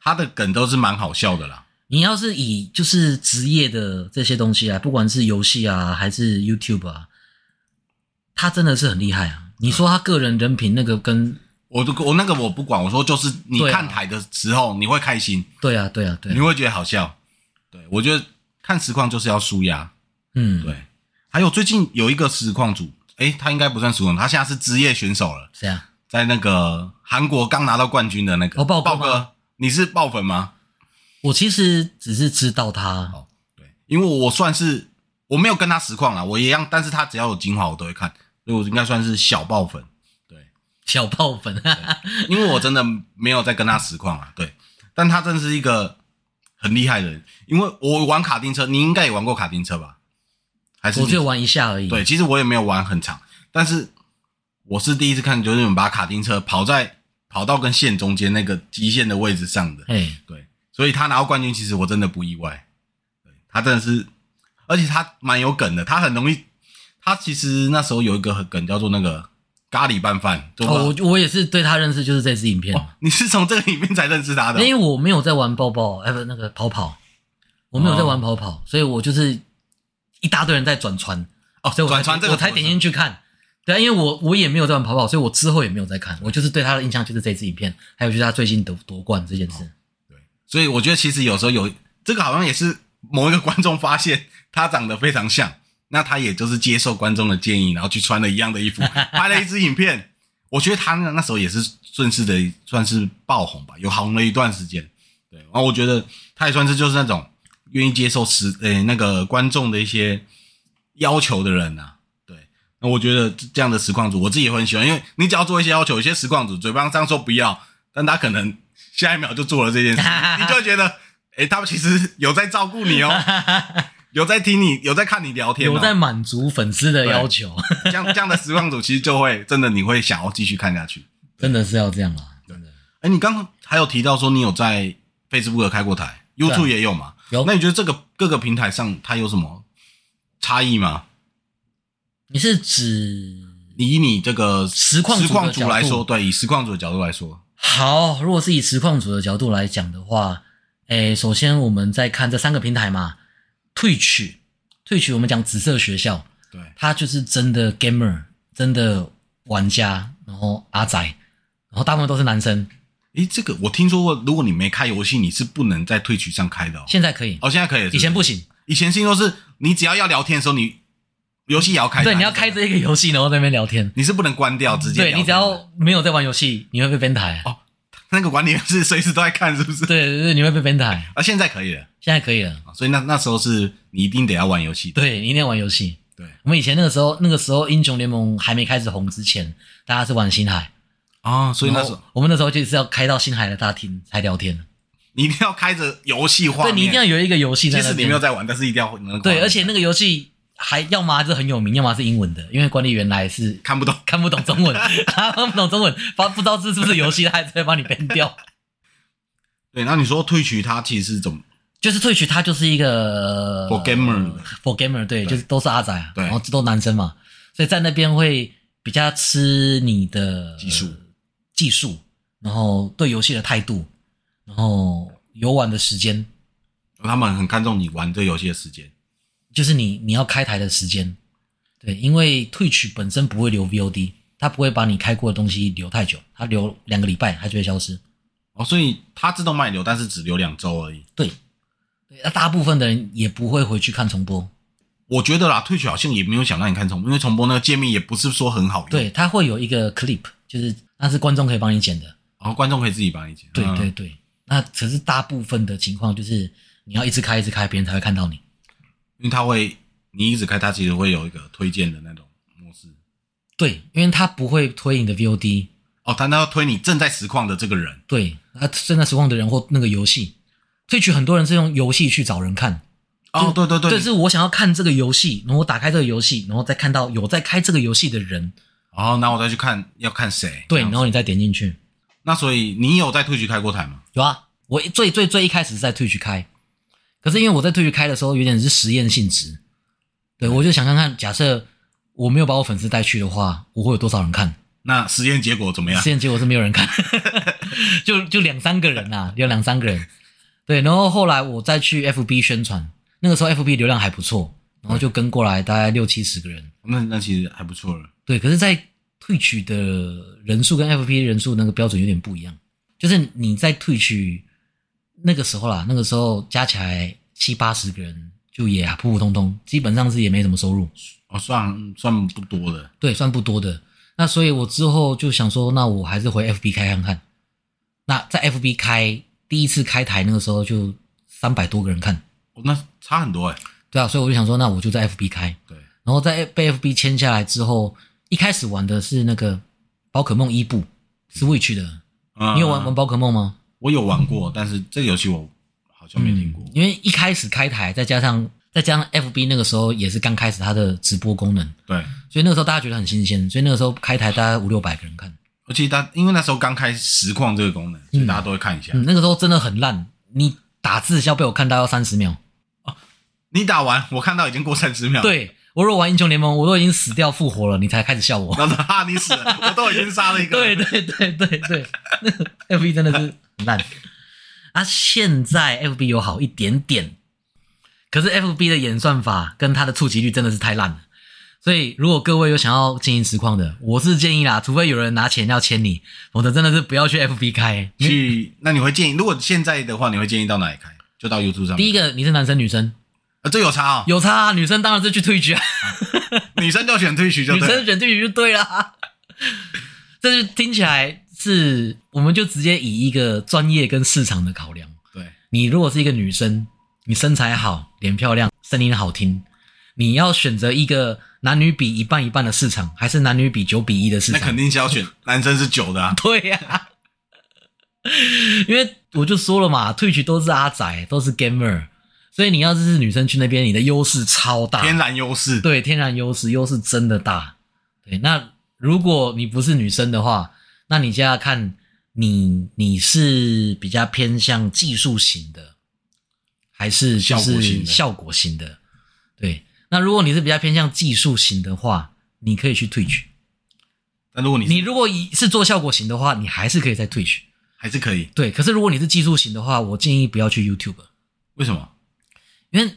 S2: 他的梗都是蛮好笑的啦。
S1: 你要是以就是职业的这些东西啊，不管是游戏啊还是 YouTube 啊，他真的是很厉害啊。你说他个人人品那个跟
S2: 我都我那个我不管，我说就是你
S1: 对啊
S2: 看台的时候你会开心，
S1: 对啊，对啊，对
S2: 你
S1: 啊，
S2: 会觉得好笑。对我觉得看实况就是要舒压。
S1: 嗯，
S2: 对，还有最近有一个实况组，诶，他应该不算实况，他现在是职业选手了，
S1: 谁啊？
S2: 在那个韩国刚拿到冠军的那个
S1: 哦豹哥
S2: 豹
S1: 吗
S2: 哥，你是豹粉吗？
S1: 我其实只是知道他，
S2: 哦，对，因为我算是我没有跟他实况啦，我一样，但是他只要有精华我都会看，所以我应该算是小爆粉。对，
S1: 小爆粉，啊
S2: 因为我真的没有在跟他实况啊，对，但他真是一个很厉害的人，因为我玩卡丁车，你应该也玩过卡丁车吧？还是
S1: 我
S2: 你
S1: 就玩一下而已。
S2: 对，，其实我也没有玩很长，但是我是第一次看就是你们把卡丁车跑在跑到跟线中间那个极限的位置上的，
S1: 哎，
S2: 对，所以他拿到冠军，其实我真的不意外。对他真的是，而且他蛮有梗的，他很容易。他其实那时候有一个梗叫做那个咖喱拌饭，对吧？
S1: 哦，我我也是对他认识就是这支影片，
S2: 哦 你是从这个里面才认识他的哦、
S1: 因为我没有在玩抱抱，哎不，那个跑跑，我没有在
S2: 哦
S1: 玩跑跑，所以我就是一大堆人在转传，
S2: 哦，
S1: 所以我才
S2: 转传这个
S1: 我才点进去看。对啊，因为我我也没有在玩跑跑，所以我之后也没有在看，我就是对他的印象就是这支影片，还有就是他最近夺夺冠这件
S2: 哦
S1: 事。
S2: 所以我觉得其实有时候有这个好像也是某一个观众发现他长得非常像，那他也就是接受观众的建议，然后去穿了一样的 衣服，拍了一支影片。我觉得他那那时候也是顺势的算是爆红吧，有红了一段时间。对，然后我觉得他也算是就是那种愿意接受时呃、那个观众的一些要求的人呐、啊。对，那我觉得这样的实况组我自己也会很喜欢，因为你只要做一些要求，有些实况组嘴巴上说不要，但他可能下一秒就做了这件 事，你就会觉得，诶，他们其实有在照 顾你哦，有在听你，有在看你聊天、哦，
S1: 有在满足粉丝的
S2: 对
S1: 要求，
S2: 这样这样的实况组其实就会真的你会想要继续看下去。
S1: 真的是要这样啦，真的。啊
S2: 哎，你刚刚还有提到说你有在 Facebook 开过台，YouTube
S1: 啊
S2: 也有嘛？
S1: 有
S2: 那你觉得这个各个平台上它有什么差异吗？
S1: 你是指
S2: 以你这个
S1: 实况组的
S2: 实况组来
S1: 角
S2: 说，
S1: 度
S2: 对，以实况组的角度来说，
S1: 好？如果是以实况组的角度来讲的话，诶，首先我们再看这三个平台嘛，Twitch，Twitch 我们讲紫色学校，
S2: 对，
S1: 他就是真的 gamer，真的玩家，然后阿宅，然后大部分都是男生，
S2: 诶，这个我听说过，如果你没开游戏，你是不能在退取上开的哦。
S1: 现在可以，
S2: 哦，现在可以了，是
S1: 以前
S2: 不
S1: 不
S2: 是，
S1: 行。
S2: 以前听说是你只要要聊天的时候，你游戏也要开，
S1: 对，你要开，这个游戏，然后在那边聊天。
S2: 你是不能关掉，直接
S1: 对
S2: 聊
S1: 你只
S2: 天的
S1: 要没有在玩游戏，你会被编台。啊
S2: 哦那个管理员是随时都在看，是不是？
S1: 对对对，你会被编台。
S2: 啊，现在可以了，
S1: 现在可以了，
S2: 啊所以那那时候是你一定得要玩游戏的，
S1: 对，你一定要玩游戏。
S2: 对
S1: 我们以前那个时候，那个时候英雄联盟还没开始红之前，大家是玩星海，
S2: 啊，所以那时
S1: 然
S2: 候
S1: 后我们那时候就是要开到星海的大厅才聊天。
S2: 你一定要开着游戏画
S1: 对
S2: 面，
S1: 你一定要有一个游戏在
S2: 即
S1: 那
S2: 使你
S1: 边
S2: 没有在玩，但是一定要能
S1: 对，而且那个游戏还要么是很有名，要么是英文的，因为管理员来是
S2: 看不懂。
S1: 看不懂中文，他看不懂中文，不不知道这是不是游戏，他还直接把你编掉。
S2: 对，那你说退取它其实是怎么？
S1: 就是 Twitch 它就是一个
S2: For gamer 的
S1: for gamer 对，就是都是阿仔啊，
S2: 对
S1: 然后都男生嘛，所以在那边会比较吃你的
S2: 技术
S1: 技术，然后对游戏的态度，然后游玩的时间，
S2: 他们很看重你玩这游戏的时间。
S1: 就是你你要开台的时间，对，因为 Twitch 本身不会留 VOD，它不会把你开过的东西留太久，它留两个礼拜它就会消失。
S2: 哦，所以它自动卖流，但是只流两周而已。
S1: 对，对，那大部分的人也不会回去看重播，
S2: 我觉得啦，退取好像也没有想让你看重播，因为重播那个界面也不是说很好用。，
S1: 对，它会有一个 clip，就是那是观众可以帮你剪的。
S2: 然后哦观众可以自己把你剪。
S1: 对
S2: 嗯
S1: 对对，那可是大部分的情况就是你要一直开一直开，别人才会看到你。
S2: 因为它会，你一直开，它其实会有一个推荐的那种模式。
S1: 对，因为他不会推你的 VOD，
S2: 哦，它那要推你正在实况的这个人。
S1: 对，啊，正在实况的人或那个游戏，退去很多人是用游戏去找人看。
S2: 哦，对对对，
S1: 就是我想要看这个游戏，然后我打开这个游戏，然后再看到有在开这个游戏的人，
S2: 哦，那我再去看要看谁。
S1: 对，
S2: 这样
S1: 然
S2: 子
S1: 后你再点进去。
S2: 那所以你有在退取开过台吗？
S1: 有啊，我最最最一开始是在退去开，可是因为我在退去开的时候有点是实验性质，对我就想看看，假设我没有把我粉丝带去的话，我会有多少人看？
S2: 那实验结果怎么样
S1: 实？验结果是没有人看， 就就两三个人啊，有两三个人。对，然后后来我再去 FB 宣传，那个时候 FB 流量还不错，然后就跟过来大概六七十个人。
S2: 那那其实还不错了。
S1: 对，可是，在退取的人数跟 FP 人数那个标准有点不一样，就是你在退取那个时候啦，那个时候加起来七八十个人，就也普普通通，基本上是也没什么收入，
S2: 哦，算算不多的。
S1: 对，算不多的。那所以，我之后就想说，那我还是回 FB 开看看。那在 FB 开第一次开台那个时候，就三百多个人看，
S2: 哦，那差很多哎、
S1: 对啊，所以我就想说，那我就在 FB 开。
S2: 对，
S1: 然后在被 FB 签下来之后，一开始玩的是那个宝可梦伊布 Switch 的，
S2: 嗯
S1: 你有玩玩？宝可梦吗？
S2: 我有玩过，但是这个游戏我好像没听过。
S1: 因为一开始开台，再加上再加上 FB 那个时候也是刚开始它的直播功能，
S2: 对，
S1: 所以那个时候大家觉得很新鲜，所以那个时候开台大概五六百个人看，
S2: 而且它因为那时候刚开实况这个功能，所以大家都会看一下。
S1: 嗯，那个时候真的很烂，你打字要被我看到要三十秒，
S2: 你打完，我看到已经过三十秒。，
S1: 对我如果玩英雄联盟，我都已经死掉复活了，你才开始笑我，
S2: 然后哈、你死了，我都已经杀了一 个。
S1: 对，对对对对，那个 FB 真的是很烂。啊，现在 FB 有好一点点，可是 FB 的演算法跟它的触及率真的是太烂了。所以，如果各位有想要经营实况的，我是建议啦，除非有人拿钱要签你，否则真的是不要去 FB 开。
S2: 去，那你会建议，如果现在的话，你会建议到哪里开？就到 YouTube 上面。
S1: 第一个，
S2: 个，
S1: 你是男生女生
S2: 啊、这有差哦。
S1: 有差、啊，女生当然是去退局啊，
S2: 女生就选退取就
S1: 女
S2: 对
S1: 生
S2: 了。
S1: 选退局就对啦。 这是听起来是，我们就直接以一个专业跟市场的考量。
S2: 对，
S1: 你如果是一个女生，你身材好，脸漂亮，声音好听，你要选择一个男女比一半一半的市场，还是男女比九比一的市
S2: 那
S1: 场？
S2: 肯定是要选男生是九的啊。
S1: 对呀、 因为我就说了嘛，Twitch 都是阿仔，都是 gamer，所以你要是女生去那边，你的优势超大，
S2: 天然优势。
S1: 对天然优势，优势真的大。对，那如果你不是女生的话，那你就要看你你是比较偏向技术型的，还是就
S2: 效果
S1: 是
S2: 型的
S1: 效果型的？对，那如果你是比较偏向技术型的话，你可以去 Twitch。
S2: 但如果你
S1: 你如果以是做效果型的话，你还是可以在 Twitch。
S2: 还是可以，
S1: 对，可是如果你是技术型的话，我建议不要去 YouTube，
S2: 为什么？
S1: 因为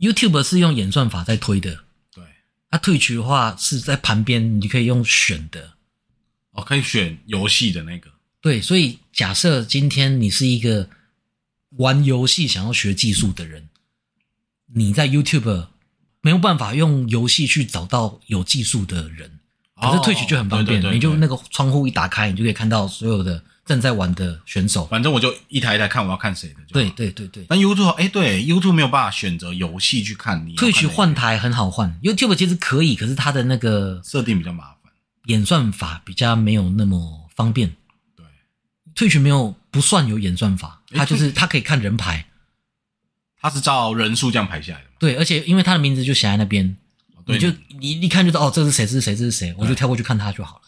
S1: YouTube 是用演算法在推的，
S2: 对，
S1: 那 Twitch 的话是在旁边，你可以用选的。
S2: 哦，可以选游戏的那个，
S1: 对，所以假设今天你是一个玩游戏想要学技术的人，你在 YouTube 没有办法用游戏去找到有技术的人，可是
S2: 哦
S1: Twitch 就很方便，
S2: 对对对
S1: 你就
S2: 对
S1: 那个窗户一打开，你就可以看到所有的正在玩的选手。
S2: 反正我就一台一台看我要看谁的就好。
S1: 对对对对
S2: 但 YouTube 哎、对 YouTube 没有办法选择游戏去看你要看哪一
S1: ，Twitch
S2: 个
S1: 换台很好换，YouTube 其实可以，可是它的那个
S2: 设定比较麻烦。
S1: 演算法比较没有那么方便。
S2: 对，
S1: Twitch 没有不算有演算法，
S2: 诶
S1: 它就是
S2: ，Twitch-
S1: 它可以看人牌。
S2: 它是照人数这样排下来的嘛？
S1: 对，而且因为他的名字就写在那边，
S2: 对
S1: 你就你一看就知道哦，这是谁，这是谁，这是谁，我就跳过去看他就好了。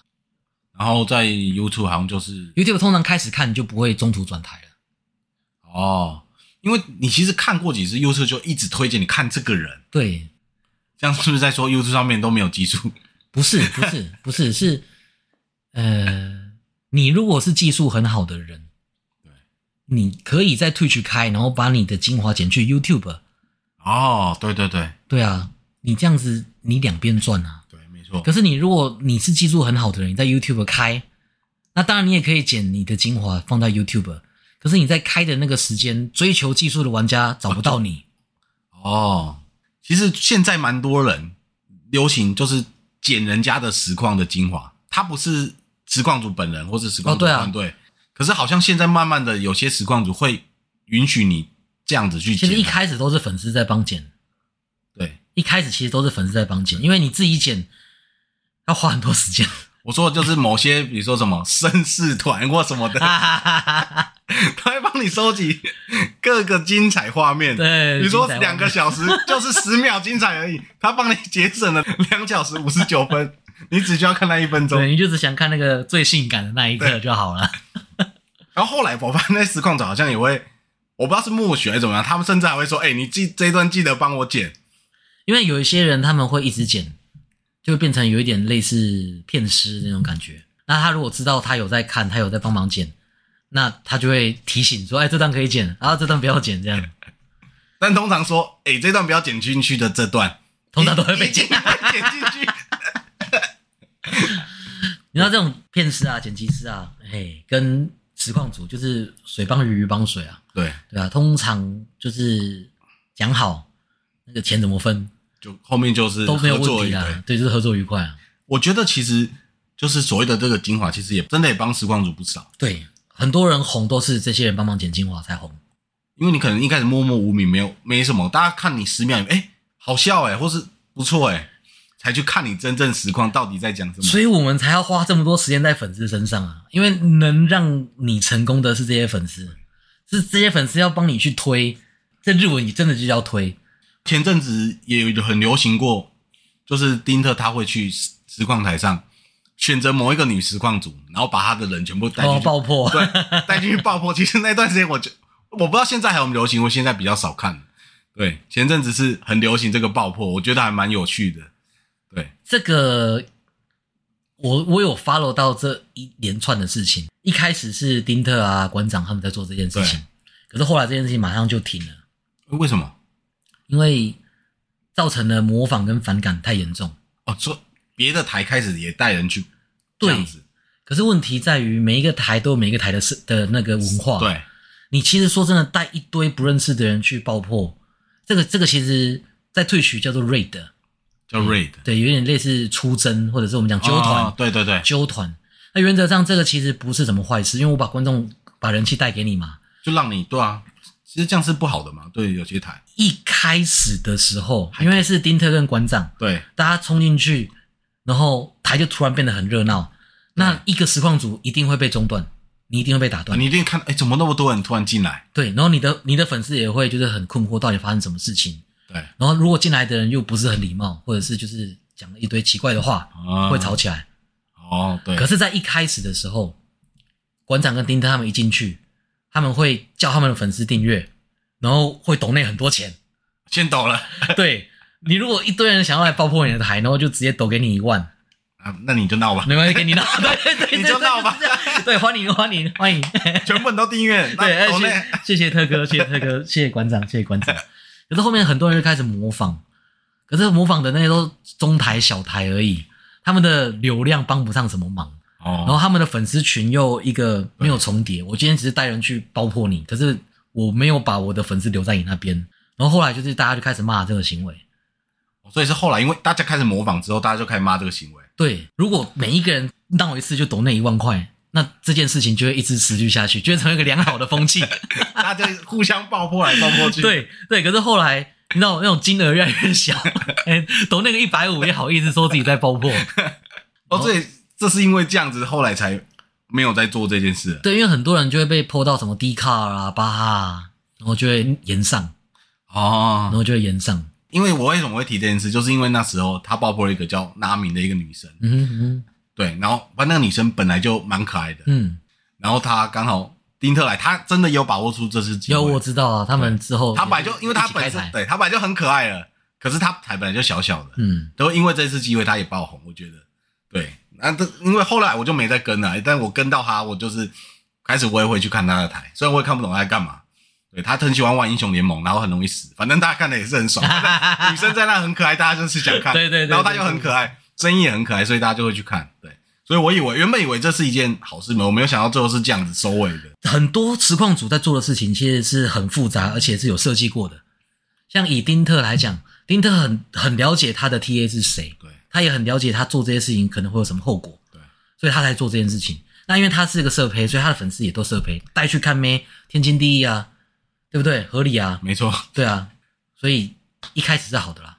S2: 然后在 YouTube 好像就是
S1: YouTube 通常开始看你就不会中途转台了。
S2: 哦，因为你其实看过几次 YouTube 就一直推荐你看这个人，
S1: 对，
S2: 这样是不是在说 YouTube 上面都没有技术？
S1: 不是，不是，不是，是呃，你如果是技术很好的人，
S2: 对，
S1: 你可以在 Twitch 开，然后把你的精华剪去 YouTube。
S2: 哦，对对对
S1: 对啊，你这样子你两边赚啊。
S2: 对，没错
S1: 可。是你如果你是技术很好的人，你在 YouTube 开，那当然你也可以剪你的精华放在 YouTube。可是你在开的那个时间，追求技术的玩家找不到你。
S2: 哦，其实现在蛮多人流行就是捡人家的实况的精华，他不是实况主本人或是实况
S1: 哦
S2: 主
S1: 对啊
S2: 团队，可是好像现在慢慢的有些实况主会允许你这样子去
S1: 其
S2: 捡
S1: 实
S2: 啊，
S1: 一开始都是粉丝在帮剪，
S2: 对。
S1: 一开始其实都是粉丝在帮剪，因为你自己剪要花很多时 间。
S2: 我说的就是 某些，比如说什么绅士团或什么的，他会帮你收集各个精彩画面。
S1: 对
S2: 你说
S1: 精彩画面
S2: 两个小时就是十秒精彩而已，他帮你节省了两小时五十九分，你只需要看那一分钟。
S1: 对，你就只想看那个最性感的那一刻就好了。
S2: 然后后来我发现那实况组好像也会，我不知道是默许还是怎么样，他们甚至还会说：“哎、你记这一段记得帮我剪。
S1: 因为有一些人他们会一直剪，就会变成有一点类似骗师那种感觉。那他如果知道他有在看，他有在帮忙剪，那他就会提醒说：“哎，这段可以剪，然后这段不要剪。”这样”
S2: 但通常说：“哎、这段不要剪进去的这段，
S1: 通常都会被
S2: 剪
S1: 剪。
S2: 剪进去。
S1: 你知道这种骗师啊、剪辑师啊，哎，跟实况组就是水帮鱼，鱼帮水啊，”
S2: 对，
S1: 对啊，通常就是讲好那个钱怎么分
S2: 就后面就是
S1: 都没有
S2: 合作
S1: 问题
S2: 而已对
S1: 啦，对，就是合作愉快啊。
S2: 我觉得其实就是所谓的这个精华，其实也真的也帮实况组不少，
S1: 对，很多人红都是这些人帮忙剪精华才红。
S2: 因为你可能一开始默默无名，没有没什么，大家看你十秒，哎，好笑哎、或是不错哎、才去看你真正实况到底在讲什么。
S1: 所以我们才要花这么多时间在粉丝身上啊，因为能让你成功的是这些粉丝，是这些粉丝要帮你去推。这日文你真的就叫推，
S2: 前阵子也有很流行过，就是丁特他会去实实况台上选择某一个女实况组，然后把他的人全部带进
S1: 哦，
S2: 去，
S1: 爆破。
S2: 对， 带进去爆破。其 实那段时间我就我不知道现在还有没有流行，我现在比较少看了。对，前阵子是很流行这个爆破，我觉得还蛮有趣的。对，
S1: 这个我我有 follow 到这一连串的事情。一开始是丁特啊馆长他们在做这件事情，可是后来这件事情马上就停了，
S2: 为什么？
S1: 因为造成了模仿跟反感太严重。
S2: 哦，说别的台开始也带人去这
S1: 对
S2: 样子，
S1: 可是问题在于每一个台都有每一个台的是的那个文化，
S2: 对，
S1: 你其实说真的，带一堆不认识的人去爆破，这个这个其实在退取叫做 raid，
S2: 叫 raid
S1: 对，有点类似出征，或者是我们讲纠嗯团
S2: 哦，对对对，
S1: 纠团。那原则上这个其实不是什么坏事，因为我把观众把人气带给你嘛。
S2: 就让你对啊，其实这样是不好的嘛，对有些台，
S1: 一开始的时候，因为是丁特跟馆长，
S2: 对
S1: 大家冲进去，然后台就突然变得很热闹，那一个实况组一定会被中断，你一定会被打断。
S2: 你一定看，哎，怎么那么多人突然进来？
S1: 对，然后你的你的粉丝也会就是很困惑，到底发生什么事情。
S2: 对，
S1: 然后如果进来的人又不是很礼貌，或者是就是讲了一堆奇怪的话，
S2: 啊
S1: 会吵起来。
S2: 哦，对，
S1: 可是，在一开始的时候，馆长跟丁特他们一进去，他们会叫他们的粉丝订阅，然后会抖内很多钱。
S2: 先抖了
S1: 对你如果一堆人想要来爆破你的台，然后就直接抖给你一万，
S2: 啊，那你就闹吧，
S1: 没关系，给你 闹，对对对，对
S2: 你就闹吧，
S1: 对就是这样对，欢迎欢迎欢迎，
S2: 全部人都订阅，
S1: 对，
S2: 那
S1: 哎
S2: 抖内
S1: 谢谢谢谢特哥，谢谢特哥，谢谢馆长，谢谢馆长。可是后面很多人就开始模仿，可是模仿的那些都中台小台而已，他们的流量帮不上什么忙，然后
S2: 哦，
S1: 他们的粉丝群又一个没有重叠。我今天只是带人去爆破你，可是我没有把我的粉丝留在你那边。然后后来就是大家就开始骂这个行为。
S2: 所以是后来因为大家开始模仿之后，大家就开始骂这 个行为，
S1: 对，如果每一个人闹一次就抖那一万块，那这件事情就会一直持续下去，就会成为一个良好的风气。
S2: 大家互相爆破来爆破去，，
S1: 对对，可是后来你知道那种金额越来越小，哎、抖那个一百五也好意思说自己在爆破。
S2: 哦，所以这是因为这样子，后来才没有在做这件事了。
S1: 对，因为很多人就会被泼到什么低卡啊、巴哈啊，然后就会延上，然
S2: 哦，
S1: 后就会延上。
S2: 因为我为什么会提这件事，就是因为那时候他爆破了一个叫拉明的一个女生，
S1: 嗯哼嗯
S2: 对，然后反正那个女生本来就蛮可爱的，
S1: 嗯，
S2: 然后她刚好丁特来，她真的有把握住这次机会，
S1: 有我知道啊，他们之后
S2: 她本来
S1: 也
S2: 就是因为她
S1: 一起
S2: 本
S1: 开
S2: 身
S1: 台，
S2: 对她本来就很可爱了，可是她台本来就小小的，
S1: 嗯
S2: 都因为这次机会她也爆红，我觉得对，那这因为后来我就没再跟了，但我跟到她，我就是开始我也会去看她的台，虽然我也看不懂她在干嘛。对她很喜欢玩英雄联盟，然后很容易死，反正大家看的也是 很爽。女生在那很可爱，大家就是想看。
S1: 对对对
S2: 然后她
S1: 对
S2: 又
S1: 对
S2: 很可爱，声音也很可爱，所以大家就会去看。对，所以我以为原本以为这是一件好事嘛，我没有想到最后是这样子收尾的。
S1: 很多实况组在做的事情其实是很复杂，而且是有设计过的。像以丁特来
S2: 嗯
S1: 讲，丁特很很了解他的 TA 是谁，
S2: 对
S1: 他也很了解他做这些事情可能会有什么后果，
S2: 对，
S1: 所以他才做这件事情。那因为他是个社胚，所以他的粉丝也都社胚，带去看妹天经地义啊，对不对？合理啊，
S2: 没错。
S1: 对啊，所以一开始是好的啦，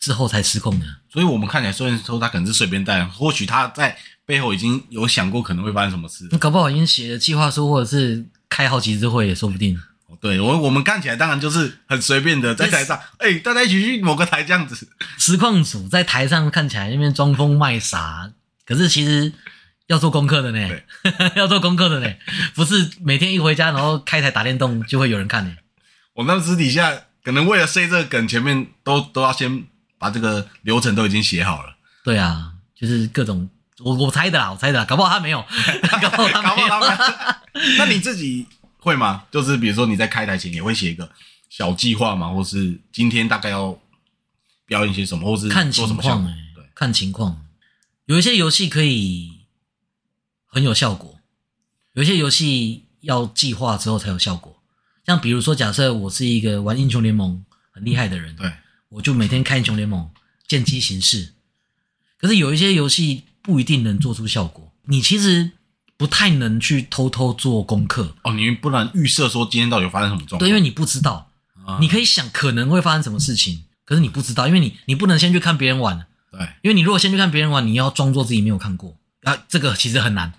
S1: 之后才失控的。
S2: 所以我们看起来，虽然说他可能是随便带，或许他在背后已经有想过可能会发生什么事。
S1: 你搞不好已经写了计划书，或者是开好几次会也说不定。
S2: 哦对我，我们看起来当然就是很随便的，在台上，哎、大家一起去某个台这样子。
S1: 实况组在台上看起来那边装疯卖傻，可是其实要做功课的呢
S2: 对，
S1: 要做功课的呢，不是每天一回家然后开台打电动就会有人看呢。
S2: 我那私底下可能为了塞这个梗，前面都都要先把这个流程都已经写好了，
S1: 对啊，就是各种我我猜的啦，我猜的啦，搞不好他没 有，搞不好他
S2: 搞不
S1: 没有，啊
S2: 好他们。 那你自己会吗？就是比如说你在开台前也会写一个小计划吗？或是今天大概要表演些什么，或是
S1: 看
S2: 做什
S1: 情
S2: 么项
S1: 况
S2: 目
S1: 哎、
S2: 对，
S1: 看情况。有一些游戏可以很有效果，有一些游戏要计划之后才有效果。像比如说，假设我是一个玩英雄联盟很厉害的人，
S2: 对，
S1: 我就每天看英雄联盟，见机行事。可是有一些游戏不一定能做出效果，你其实不太能去偷偷做功课，
S2: 哦，你不能预设说今天到底发生什么状况。
S1: 对，因为你不知道，
S2: 啊
S1: 你可以想可能会发生什么事情，可是你不知道，因为你你不能先去看别人玩，
S2: 对
S1: 因为你如果先去看别人玩，你要装作自己没有看过啊，这个其实很难。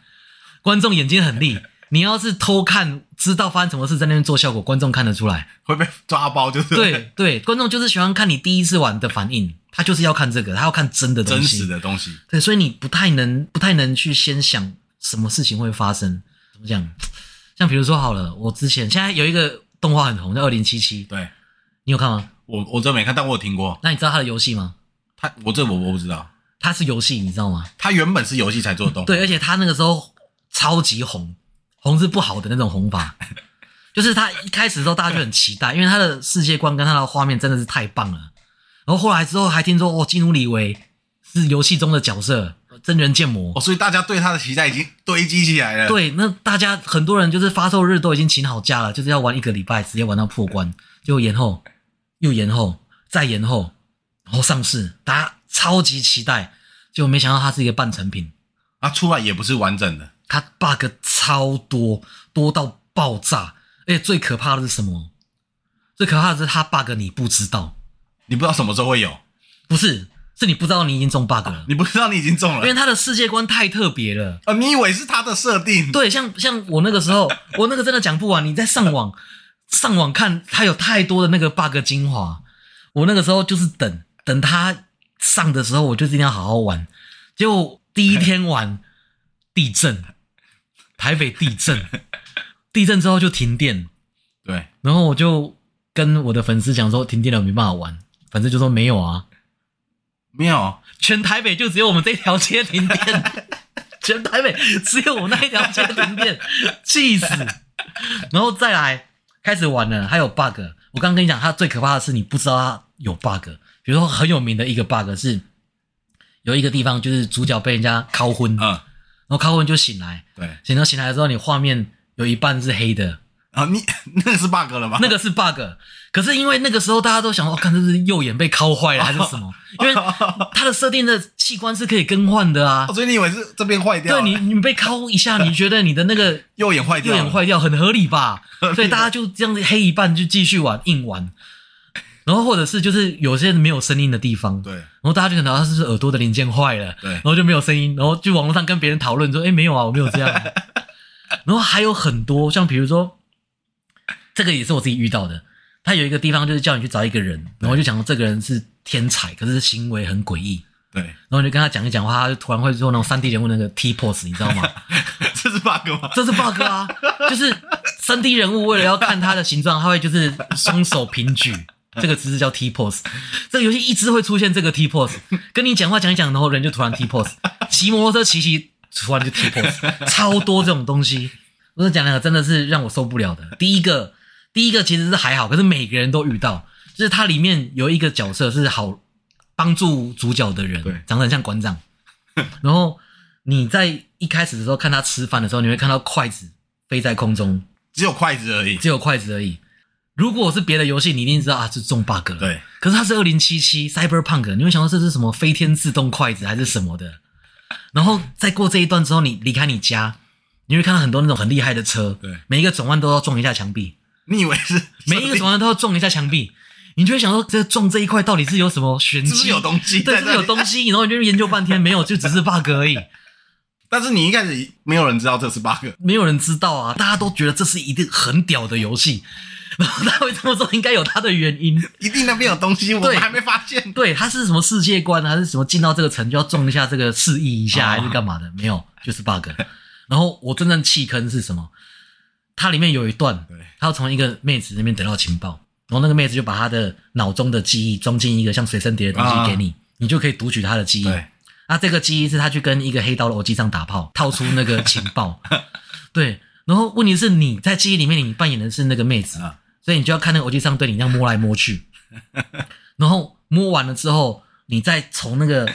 S1: 观众眼睛很利，你要是偷看，知道发生什么事，在那边做效果，观众看得出来。
S2: 会被抓包，就是
S1: 对对，观众就是喜欢看你第一次玩的反应，他就是要看这个，他要看真的东
S2: 真
S1: 西。
S2: 实的东西。
S1: 对，所以你不太能不太能去先想什么事情会发生，怎么讲？像比如说好了，我之前现在有一个动画很红，叫《二零七七》，
S2: 对
S1: 你有看吗？
S2: 我我这没看，但我有听过。
S1: 那你知道它的游戏吗？
S2: 他我这我我不知道，
S1: 它是游戏，你知道吗？
S2: 他原本是游戏才做的动画。
S1: 对，而且它那个时候超级红，红是不好的那种红法，就是它一开始的时候大家就很期待，因为它的世界观跟它的画面真的是太棒了。然后后来之后还听说哦，基努里维是游戏中的角色，真人建模
S2: 哦，所以大家对他的期待已经堆积起来了。，
S1: 对，那大家很多人就是发售日都已经请好假了，就是要玩一个礼拜，直接玩到破关，结果延后，又延后，再延后，然后上市，大家超级期待，结果没想到它是一个半成品，
S2: 他出来也不是完整的，
S1: 它 bug 超多，多到爆炸，而且最可怕的是什么？最可怕的是它 bug 你不知道，
S2: 你不知道什么时候会有，
S1: 不是，是你不知道你已经中 bug 了，
S2: 你不知道你已经中
S1: 因为
S2: 了。
S1: 它的世界观太特别了。
S2: 哦，你以为是他的设定？
S1: 对，像像我那个时候，我那个真的讲不完。你在上网上网看，它有太多的那个 bug 精华。我那个时候就是等等它上的时候，我就一定要好好玩。结果第一天玩地震，台北地震，地震之后就停电，
S2: 对，
S1: 然后我就跟我的粉丝讲说停电了没办法玩，粉丝就说没有啊，
S2: 没有，
S1: 全台北就只有我们这条街停电，全台北只有我们那一条街停电，气死！然后再来开始玩了，还有 bug。我刚跟你讲，它最可怕的是你不知道它有 bug。比如说很有名的一个 bug 是，有一个地方就是主角被人家敲昏，然
S2: 嗯，
S1: 后敲昏就醒来，
S2: 对，
S1: 醒到醒来之后，你画面有一半是黑的，
S2: 啊，你那个是 bug 了吗？
S1: 那个是 bug。可是因为那个时候大家都想说，哦，看这是右眼被敲坏了还是什么？因为它的设定的器官是可以更换的啊
S2: 哦，。所以你以为是这边坏
S1: 对
S2: 掉了，
S1: 你，你被敲一下，你觉得你的那 个
S2: 右眼坏掉
S1: 右
S2: 了，
S1: 眼坏掉，很合理吧？
S2: 啊
S1: 所以大家就这样子黑一半就继续玩，硬玩。然后或者是就是有些没有声音的地方，然
S2: 对
S1: 后大家就可能他是不是耳朵的零件坏了，
S2: 对
S1: 然，后就没有声音，然后就网络上跟别人讨论说，哎，没有啊，我没有这 样啊、然后还有很多，像比如说，这个也是我自己遇到的。他有一个地方就是叫你去找一个人，然后就讲说这个人是天才，可是行为很诡异。
S2: 对，
S1: 然后你就跟他讲一讲话，他就突然会做那种三 D 人物那个 T pose，你知道吗？
S2: 这是 bug 吗？
S1: 这是 bug 啊，就是三 D 人物为了要看他的形状，他会就是双手平举，这个姿势叫 T pose。这个游戏一直会出现这个 T pose，跟你讲话讲一讲，然后人就突然 T pose，骑摩托车骑骑突然就 T pose，超多这种东西。我跟你讲两个真的是让我受不了的。第一个，第一个其实是还好，可是每个人都遇到，就是它里面有一个角色是好帮助主角的人
S2: 对，
S1: 长得很像馆长。然后你在一开始的时候看他吃饭的时候，你会看到筷子飞在空中，
S2: 只有筷子而已。
S1: 只有筷子而已。如果是别的游戏，你一定知道啊，是中 bug 了。
S2: 对，
S1: 可是它是二零七七 Cyberpunk，你会想到这是什么飞天自动筷子还是什么的。然后再过这一段之后，你离开你家，你会看到很多那种很厉害的车，
S2: 对
S1: 每一个转弯都要撞一下墙 壁，
S2: 你以为是
S1: 每一个转弯都要撞一下墙壁，你就会想说，这撞这一块到底是有什么玄
S2: 是不
S1: 机？
S2: 是有东西？
S1: 对，是不是有。东西？然后你就研究半天，没有，就只是 bug 而已。
S2: 但是你一开始没有人知道这是 bug，
S1: 没有人知道啊，大家都觉得这是一定很屌的游戏，然后他会这么做，应该有他的原因。
S2: 一定那边有东西，我
S1: 对
S2: 们还没发现。
S1: 对，他是什么世界观，还是什么进到这个城就要撞一下这个示意一下，
S2: 哦
S1: 还是干嘛的？没有，就是 bug。然后我真正弃坑是什么？它里面有一段
S2: 对，
S1: 他要从一个妹子那边得到情报，然后那个妹子就把她的脑中的记忆装进一个像随身碟的东西给你，你就可以读取她的记忆。
S2: 对，
S1: 那这个记忆是他去跟一个黑道的偶机上打炮，套出那个情报。对，然后问题是你在记忆里面，你扮演的是那个妹子，
S2: 啊
S1: 所以你就要看那个偶机上对你这样摸来摸 去，然后摸完了之后，你再从那个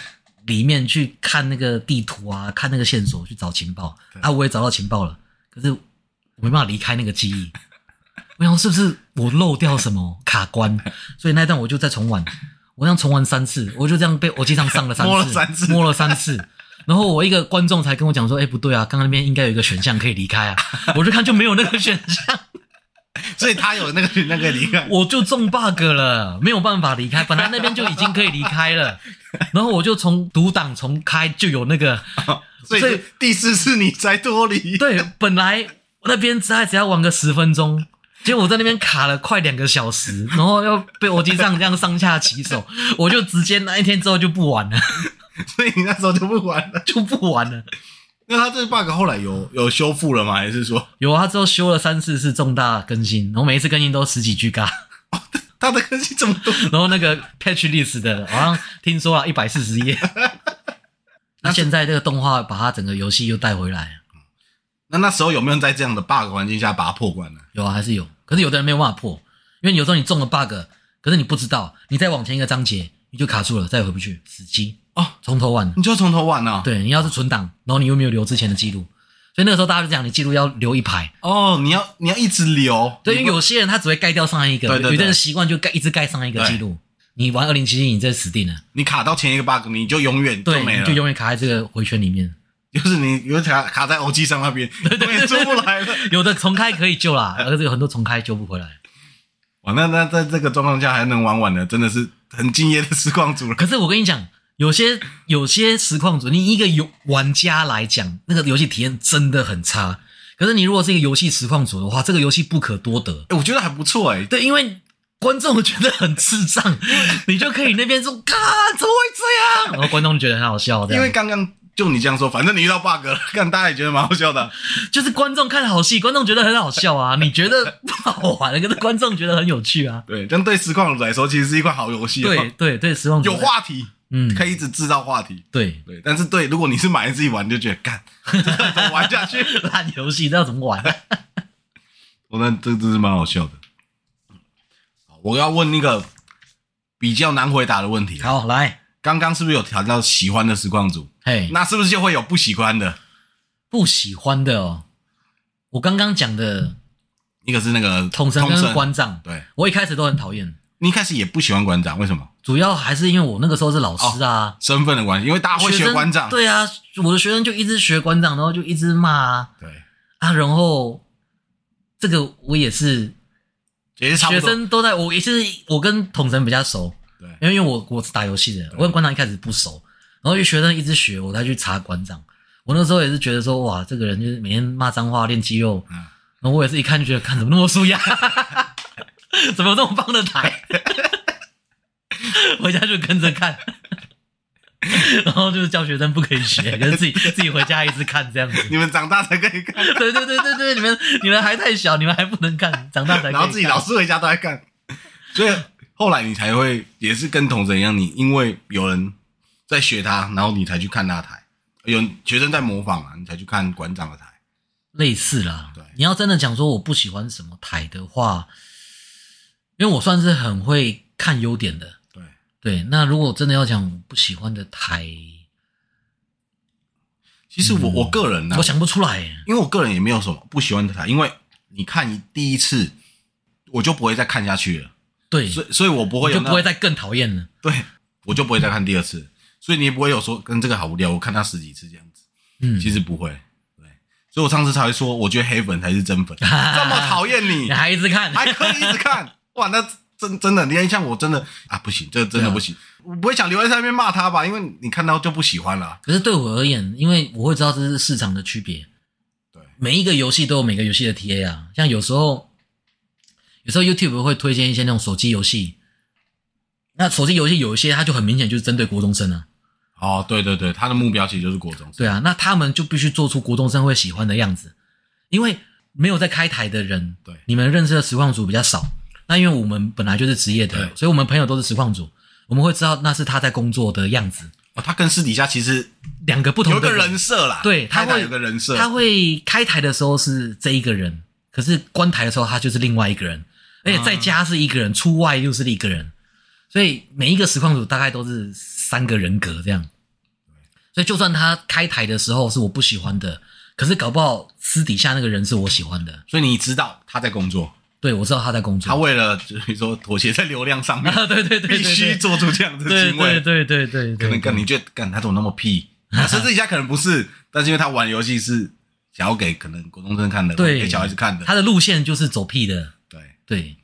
S1: 里面去看那个地图啊，看那个线索去找情报。啊，我也找到情报了，可是我没办法离开那个记忆。 我想是不是我漏掉什么卡 关，所以那一段我就再重玩，我这样重玩三次，我就这样被我机上上了三次，
S2: 摸了三次
S1: 摸了三次。然后我一个观众才跟我讲说，哎，不对啊，刚刚那边应该有一个选项可以离开啊，我就看就没有那个选项，
S2: 所以他有那个那个离开。
S1: 我就中 bug 了，没有办法离开，本来那边就已经可以离开了，然后我就从读档重开就有那个，
S2: 所以
S1: 所以
S2: 是第四次你才脱离。
S1: 对，本来那边才只要玩个十分钟，结果我在那边卡了快两个小时，然后要被我机上这样上下其手，我就直接那一天之后就不玩了，
S2: 所以你那时候就不玩了。
S1: 就不玩了。
S2: 那他这 bug 后来有有修复了吗？还是说
S1: 有啊，他之后修了三四次重大更新，然后每一次更新都十几 G 嘎，
S2: 他的更新这么多？
S1: 然后那个 patch list 的好像听说啊一百四十 页。那现在这个动画把它整个游戏又带回来，
S2: 那那时候有没有在这样的 bug 环境下把它破关呢？
S1: 有啊还是有，可是有的人没有办法破，因为有时候你中了 bug，可是你不知道，你再往前一个章节你就卡住了，再也回不去，死机。
S2: 哦，
S1: 从头玩。
S2: 你就从头玩啊？，
S1: 对，你要是存档，然后你又没有留之前的记录，所以那个时候大家就讲，你记录要留一排。
S2: 哦，你要你要一直留。
S1: 对，因
S2: 你
S1: 为
S2: 不
S1: 有些人他只会盖掉上一个，
S2: 对对对
S1: 有些人习惯就盖一直盖上一个记录。你玩二零七七，你这死定了，
S2: 你卡到前一个 bug，你就永远就
S1: 对，
S2: 没
S1: 你
S2: 了，
S1: 就永远卡在这个回圈里面。
S2: 就是你有卡卡在 OG 上那边，永远出不来了。
S1: 有的重开可以救啦，可是有很多重开救不回来。
S2: 哇，那那在这个状况下还能玩玩的，真的是很敬业的实况组了。
S1: 可是我跟你讲，有些有些实况组，你一个游玩家来讲，那个游戏体验真的很差。可是你如果是一个游戏实况组的话，这个游戏不可多得。
S2: 欸我觉得还不错哎、
S1: 对，因为观众觉得很智障，你就可以那边说“嘎，怎么会这样”，然后观众觉得很好笑，这
S2: 因为
S1: 样。
S2: 刚刚就你这样说，反正你遇到 bug 了， 看大家也觉得蛮好笑的啊、
S1: 就是观众看好戏，观众觉得很好笑啊，你觉得不好玩，可是观众觉得很有趣啊。
S2: 对，这样对实况组来说，其实是一款好游戏、啊，
S1: 对对对，失望
S2: 有话题，
S1: 嗯，
S2: 可以一直制造话题。
S1: 对，
S2: 对，但是对，如果你是买来自己玩，就觉得干， 这个怎么玩下去？
S1: 烂游戏这要怎么玩、
S2: 我那这这是蛮好笑的。好我要问那个比较难回答的问题啊。
S1: 好，来，
S2: 刚刚是不是有谈到喜欢的实况组？
S1: 嘿，
S2: 那是不是就会有不喜欢的？
S1: 不喜欢的哦，我刚刚讲的
S2: 一个是那个
S1: 统神跟关丈，
S2: 对
S1: 我一开始都很讨厌，
S2: 你一开始也不喜欢馆长，为什么？
S1: 主要还是因为我那个时候是老师啊，
S2: 身份的关系，因为大家哦会
S1: 学
S2: 学
S1: 生
S2: 馆长。
S1: 对啊，我的学生就一直学馆长，然后就一直骂啊
S2: 对，
S1: 啊，然后这个我也是
S2: 也是差不
S1: 学
S2: 多。
S1: 生都在我也是我跟统神比较熟，
S2: 对，
S1: 因为我我是打游
S2: 嗯
S1: 戏的，我跟馆长一开始不熟，然后就学生一直学，我才去查馆长。我那时候也是觉得说，哇，这个人就是每天骂脏话练肌肉，
S2: 嗯
S1: 然后我也是一看就觉得，看怎么那么舒压， 怎么有这么棒的台？ 回家就跟着看，然后就是叫学生不可以 学，可是自己自己回家一直看这样子。
S2: 你们长大才可以看，
S1: 对对对对对，你们你们还太小，你们还不能看，长大才可以
S2: 然后自己老
S1: 看
S2: 师回家都在看，所以后来你才会也是跟同学一样，你因为有人在学他，然后你才去看他的台，有学生在模仿啊，你才去看馆长的台。
S1: 类似啦
S2: 对。
S1: 你要真的讲说我不喜欢什么台的话，因为我算是很会看优点的。
S2: 对，
S1: 对，那如果真的要讲我不喜欢的台，
S2: 其实我、
S1: 嗯
S2: 我个人呢、
S1: 我想不出来耶。
S2: 因为我个人也没有什么不喜欢的台，因为你看第一次我就不会再看下去了，
S1: 对，
S2: 所以所以我不会
S1: 你
S2: 有
S1: 就
S2: 那
S1: 不会再更讨厌了。
S2: 对，我就不会再看第二次，所以你也不会有说跟这个好无聊，我看他十几次这样子，
S1: 嗯，
S2: 其实不会。对，所以我上次才会说，我觉得黑粉才是 真粉，这么讨厌你
S1: 你还一直看，
S2: 还可以一直看，哇，那真真的，你看像我真的啊，不行，这真的不行，我不会想留在上面骂他吧，因为你看到就不喜欢了。
S1: 可是对我而言，因为我会知道这是市场的区别。
S2: 对，
S1: 每一个游戏都有每个游戏的 TA 啊，像有时候，有时候 YouTube 会推荐一些那种手机游戏，那手机游戏有一些它就很明显就是针对国中生啊，
S2: 哦，对对对，他的目标其实就是国中生，
S1: 对啊，那他们就必须做出国中生会喜欢的样子，因为没有在开台的人，
S2: 对
S1: 你们认识的实况组比较少。那因为我们本来就是职业的
S2: 对，
S1: 所以我们朋友都是实况组，我们会知道那是他在工作的样子，
S2: 哦，他跟私底下其实
S1: 两个不
S2: 有
S1: 同
S2: 一个
S1: 的
S2: 人设啦，
S1: 对他
S2: 他
S1: 会
S2: 有个人设，
S1: 他会开台的时候是这一个人，可是关台的时候他就是另外一个人，而
S2: 嗯
S1: 且在家是一个人，出外又是一个人，所以每一个实况组大概都是三个人格这样。所以就算他开台的时候是我不喜欢的，可是搞不好私底下那个人是我喜欢的。
S2: 所以你知道他在工作，
S1: 对，我知道他在工
S2: 他
S1: 作。
S2: 为了就是说妥协在流量上面，
S1: 啊， 对对对，对
S2: 必须做出这样的
S1: 对
S2: 行为，
S1: 对对对对对，
S2: 可能
S1: 对
S2: 干你觉得干他怎么那么屁？他私底下可能不是，但是因为他玩游戏是想要给可能国中生看的，
S1: 对
S2: 给小孩子看的，
S1: 他的路线就是走屁的。
S2: 对。
S1: 对，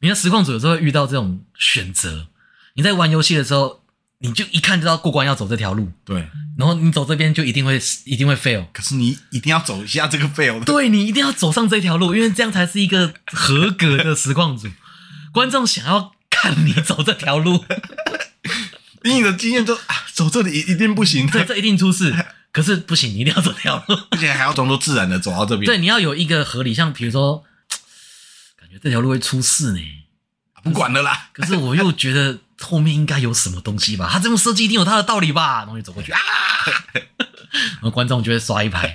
S1: 你看实况组有时候会遇到这种选择，你在玩游戏的时候，你就一看就知道过关要走这条路，
S2: 对，
S1: 然后你走这边就一定会一定会 fail。
S2: 可是你一定要走一下这个 fail 的，
S1: 对你一定要走上这条路，因为这样才是一个合格的实况组。观众想要看你走这条路，
S2: 以你的经验就啊，走这里一一定不行
S1: 对，
S2: 的，
S1: 这一定出事。可是不行，你一定要走这条路。
S2: 而且还要装作自然的走到这边。
S1: 对，你要有一个合理，像比如说，感觉这条路会出事呢，
S2: 啊，不管了啦，
S1: 可是我又觉得后面应该有什么东西吧，他 这么设计一定有他的道理吧，然后就走过去啊， 然后观众就会刷一排，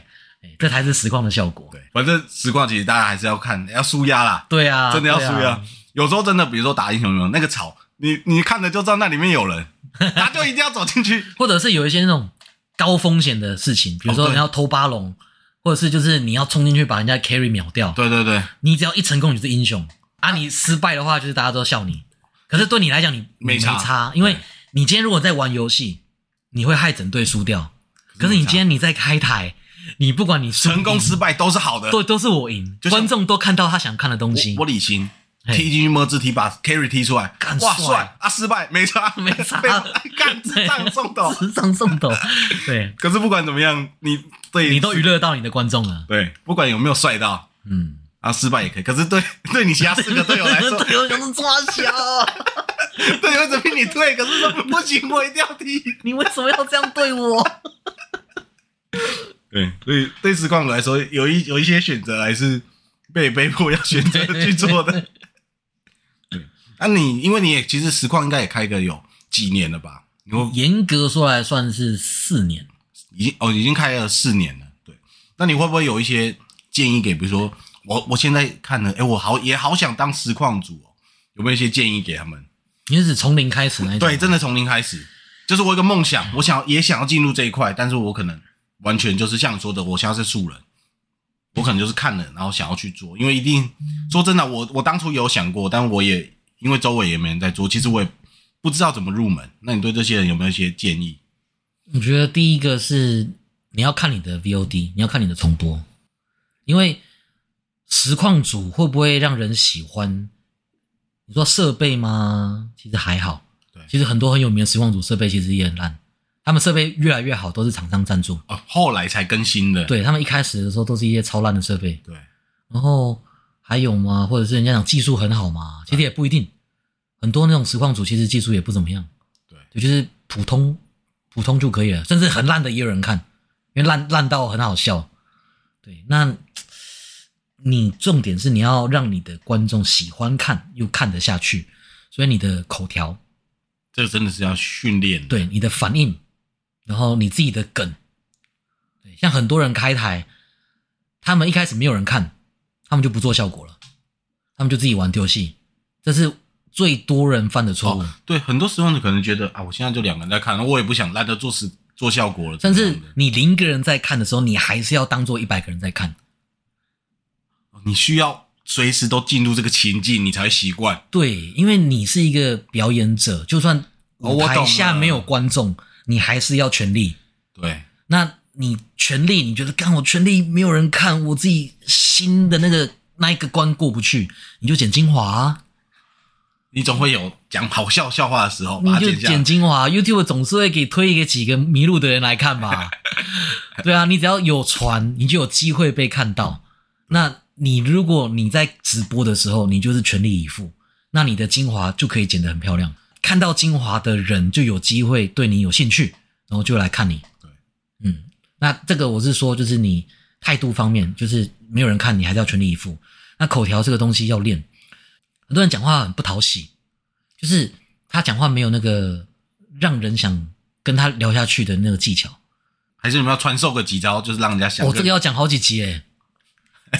S1: 哎这才是实况的效果。
S2: 对，反正实况其实大家还是要看，要舒压啦，
S1: 对啊，
S2: 真的要
S1: 对
S2: 输呀、
S1: 啊。
S2: 有时候真的，比如说打英雄联盟那个草，你你看着就知道那里面有人，他就一定要走 进去。
S1: 或者是有一些那种高风险的事情，比如
S2: 哦
S1: 说
S2: 对
S1: 你要偷巴龙，或者是就是你要冲进去把人家 carry 秒掉，
S2: 对对对，
S1: 你只要一成功你就是英雄啊，你失败的话就是大家都笑你。可是对你来讲你
S2: 没差
S1: 差，因为
S2: 对
S1: 你今天如果在玩游戏，你会害整队输掉。可是
S2: 没
S1: 你
S2: 差
S1: 今天你在开台，你不管你输
S2: 成功
S1: 赢
S2: 失败都是好的。
S1: 对，都是我赢，
S2: 就像
S1: 观众都看到他想看的东西
S2: 我，我理性
S1: 嘿
S2: 踢进去摸字踢把 carry 踢出来
S1: 干，
S2: 哇
S1: 帅
S2: 帅啊失败没差
S1: 没差
S2: 被干智障送 到。
S1: 直上送斗，对
S2: 可是不管怎么样，你对
S1: 你都娱乐到你的观众了，
S2: 对，不管有没有帅到
S1: 嗯，
S2: 啊失败也可以。可是对 对你其他四个队 友来说，
S1: 队友就是抓 小，
S2: 队友只比你退，可是说不行，我一定要踢。
S1: 你为什么要这样对我？
S2: 对，所以对实况组来说，有一有一些选择还是被 被迫要选择去做的。对，那、你因为你也其实实况应该也开个有几年了吧？你会
S1: 严格说来算是四年。
S2: 已经哦，已经开了四年了。对，那你会不会有一些建议给，比如说我我现在看了，哎，我好也好想当实况主哦，有没有一些建议给他们？
S1: 你是指从零开始那一种？
S2: 对，真的从零开始，就是我有一个梦想，我想也想要进入这一块，但是我可能完全就是像你说的，我现在是素人，我可能就是看了，然后想要去做，因为一定说真的，我我当初有想过，但我也因为周围也没人在做，其实我也不知道怎么入门。那你对这些人有没有一些建议？
S1: 我觉得第一个是你要看你的 VOD，你要看你的重播，因为实况组会不会让人喜欢？你说设备吗？其实还好。
S2: 对
S1: 其实很多很有名的实况组设备其实也很烂，他们设备越来越好，都是厂商赞助。
S2: 哦，后来才更新的，
S1: 对他们一开始的时候都是一些超烂的设备，
S2: 对
S1: 然后还有吗？或者是人家讲技术很好嘛？其实也不一定，很多那种实况组其实技术也不怎么样，
S2: 对
S1: 对，就是普通普通就可以了，甚至很烂的也有人看，因为烂烂到很好笑。对，那你重点是你要让你的观众喜欢看又看得下去，所以你的口条
S2: 这个真的是要训练的。
S1: 对你的反应，然后你自己的梗，对，像很多人开台，他们一开始没有人看，他们就不做效果了，他们就自己玩丢戏，这是最多人犯的错误。
S2: 哦，对，很多时候你可能觉得啊，我现在就两个人在看，我也不想懒得做实做效果了，
S1: 甚
S2: 这
S1: 至
S2: 样的
S1: 你零个人在看的时候，你还是要当做一百个人在看。
S2: 你需要随时都进入这个情境，你才会习惯。
S1: 对，因为你是一个表演者，就算
S2: 哦
S1: 舞
S2: 我懂
S1: 台下
S2: 了
S1: 没有观众，你还是要全力。
S2: 对，
S1: 那你全力，你觉得干我全力没有人看，我自己心的那个那一个关过不去，你就剪精华、啊，
S2: 你总会有讲好笑笑话的时候，
S1: 你
S2: 哦把它
S1: 就
S2: 剪下来
S1: 剪。精华、YouTube 总是会给推给几个迷路的人来看 吧？对啊，你只要有传，你就有机会被看到。那你如果你在直播的时候，你就是全力以赴，那你的精华就可以剪得很漂亮。看到精华的人就有机会对你有兴趣，然后就来看你。
S2: 对，
S1: 嗯，那这个我是说，就是你态度方面，就是没有人看你，还是要全力以赴。那口条这个东西要练，很多人讲话很不讨喜，就是他讲话没有那个让人想跟他聊下去的那个技巧。哦
S2: 还是你们要传授个几招，就是让人家想
S1: 我、这个要讲好几集诶，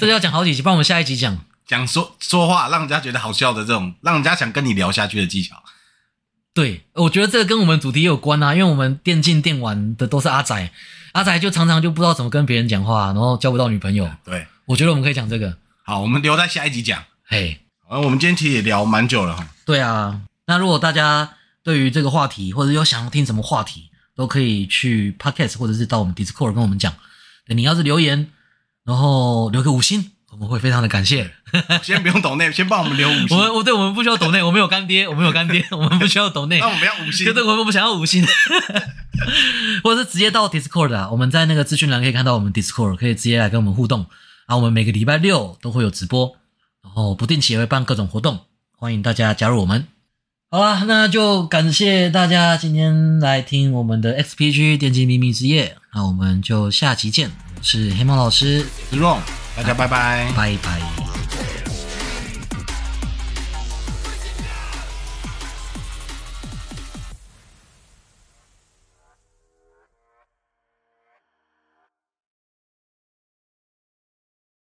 S1: 这个要讲好几集，不然我们下一集讲。
S2: 讲说说话，让人家觉得好笑的这种，让人家想跟你聊下去的技巧。
S1: 对，我觉得这个跟我们主题也有关啊，因为我们电竞电玩的都是阿仔，阿仔就常常就不知道怎么跟别人讲话，然后交不到女朋友。
S2: 对，
S1: 我觉得我们可以讲这个。
S2: 好，我们留在下一集讲。
S1: 嘿，
S2: 好，我们今天其实也聊蛮久了哈。
S1: 对啊，那如果大家对于这个话题，或者有想要听什么话题，都可以去 podcast 或者是到我们 Discord 跟我们讲。对你要是留言，然后留个五星，我们会非常的感谢。
S2: 先不用抖内，先帮我们 留五
S1: 我
S2: 星。
S1: 们我对我们不需要抖内，我们有干爹，我们有干爹，我们不需要抖内
S2: 那。我们要五星
S1: 对。对，我们不想要五星， 或者是直接到 Discord 啊，我们在那个资讯栏可以看到我们 Discord，可以直接来跟我们互动啊。我们每个礼拜六都会有直播，然后不定期也会办各种活动，欢迎大家加入我们。好啦，那就感谢大家今天来听我们的 XPG 电竞秘密之夜，那我们就下期见，我是黑猫老师，
S2: Strong，大家拜拜。
S1: 拜拜。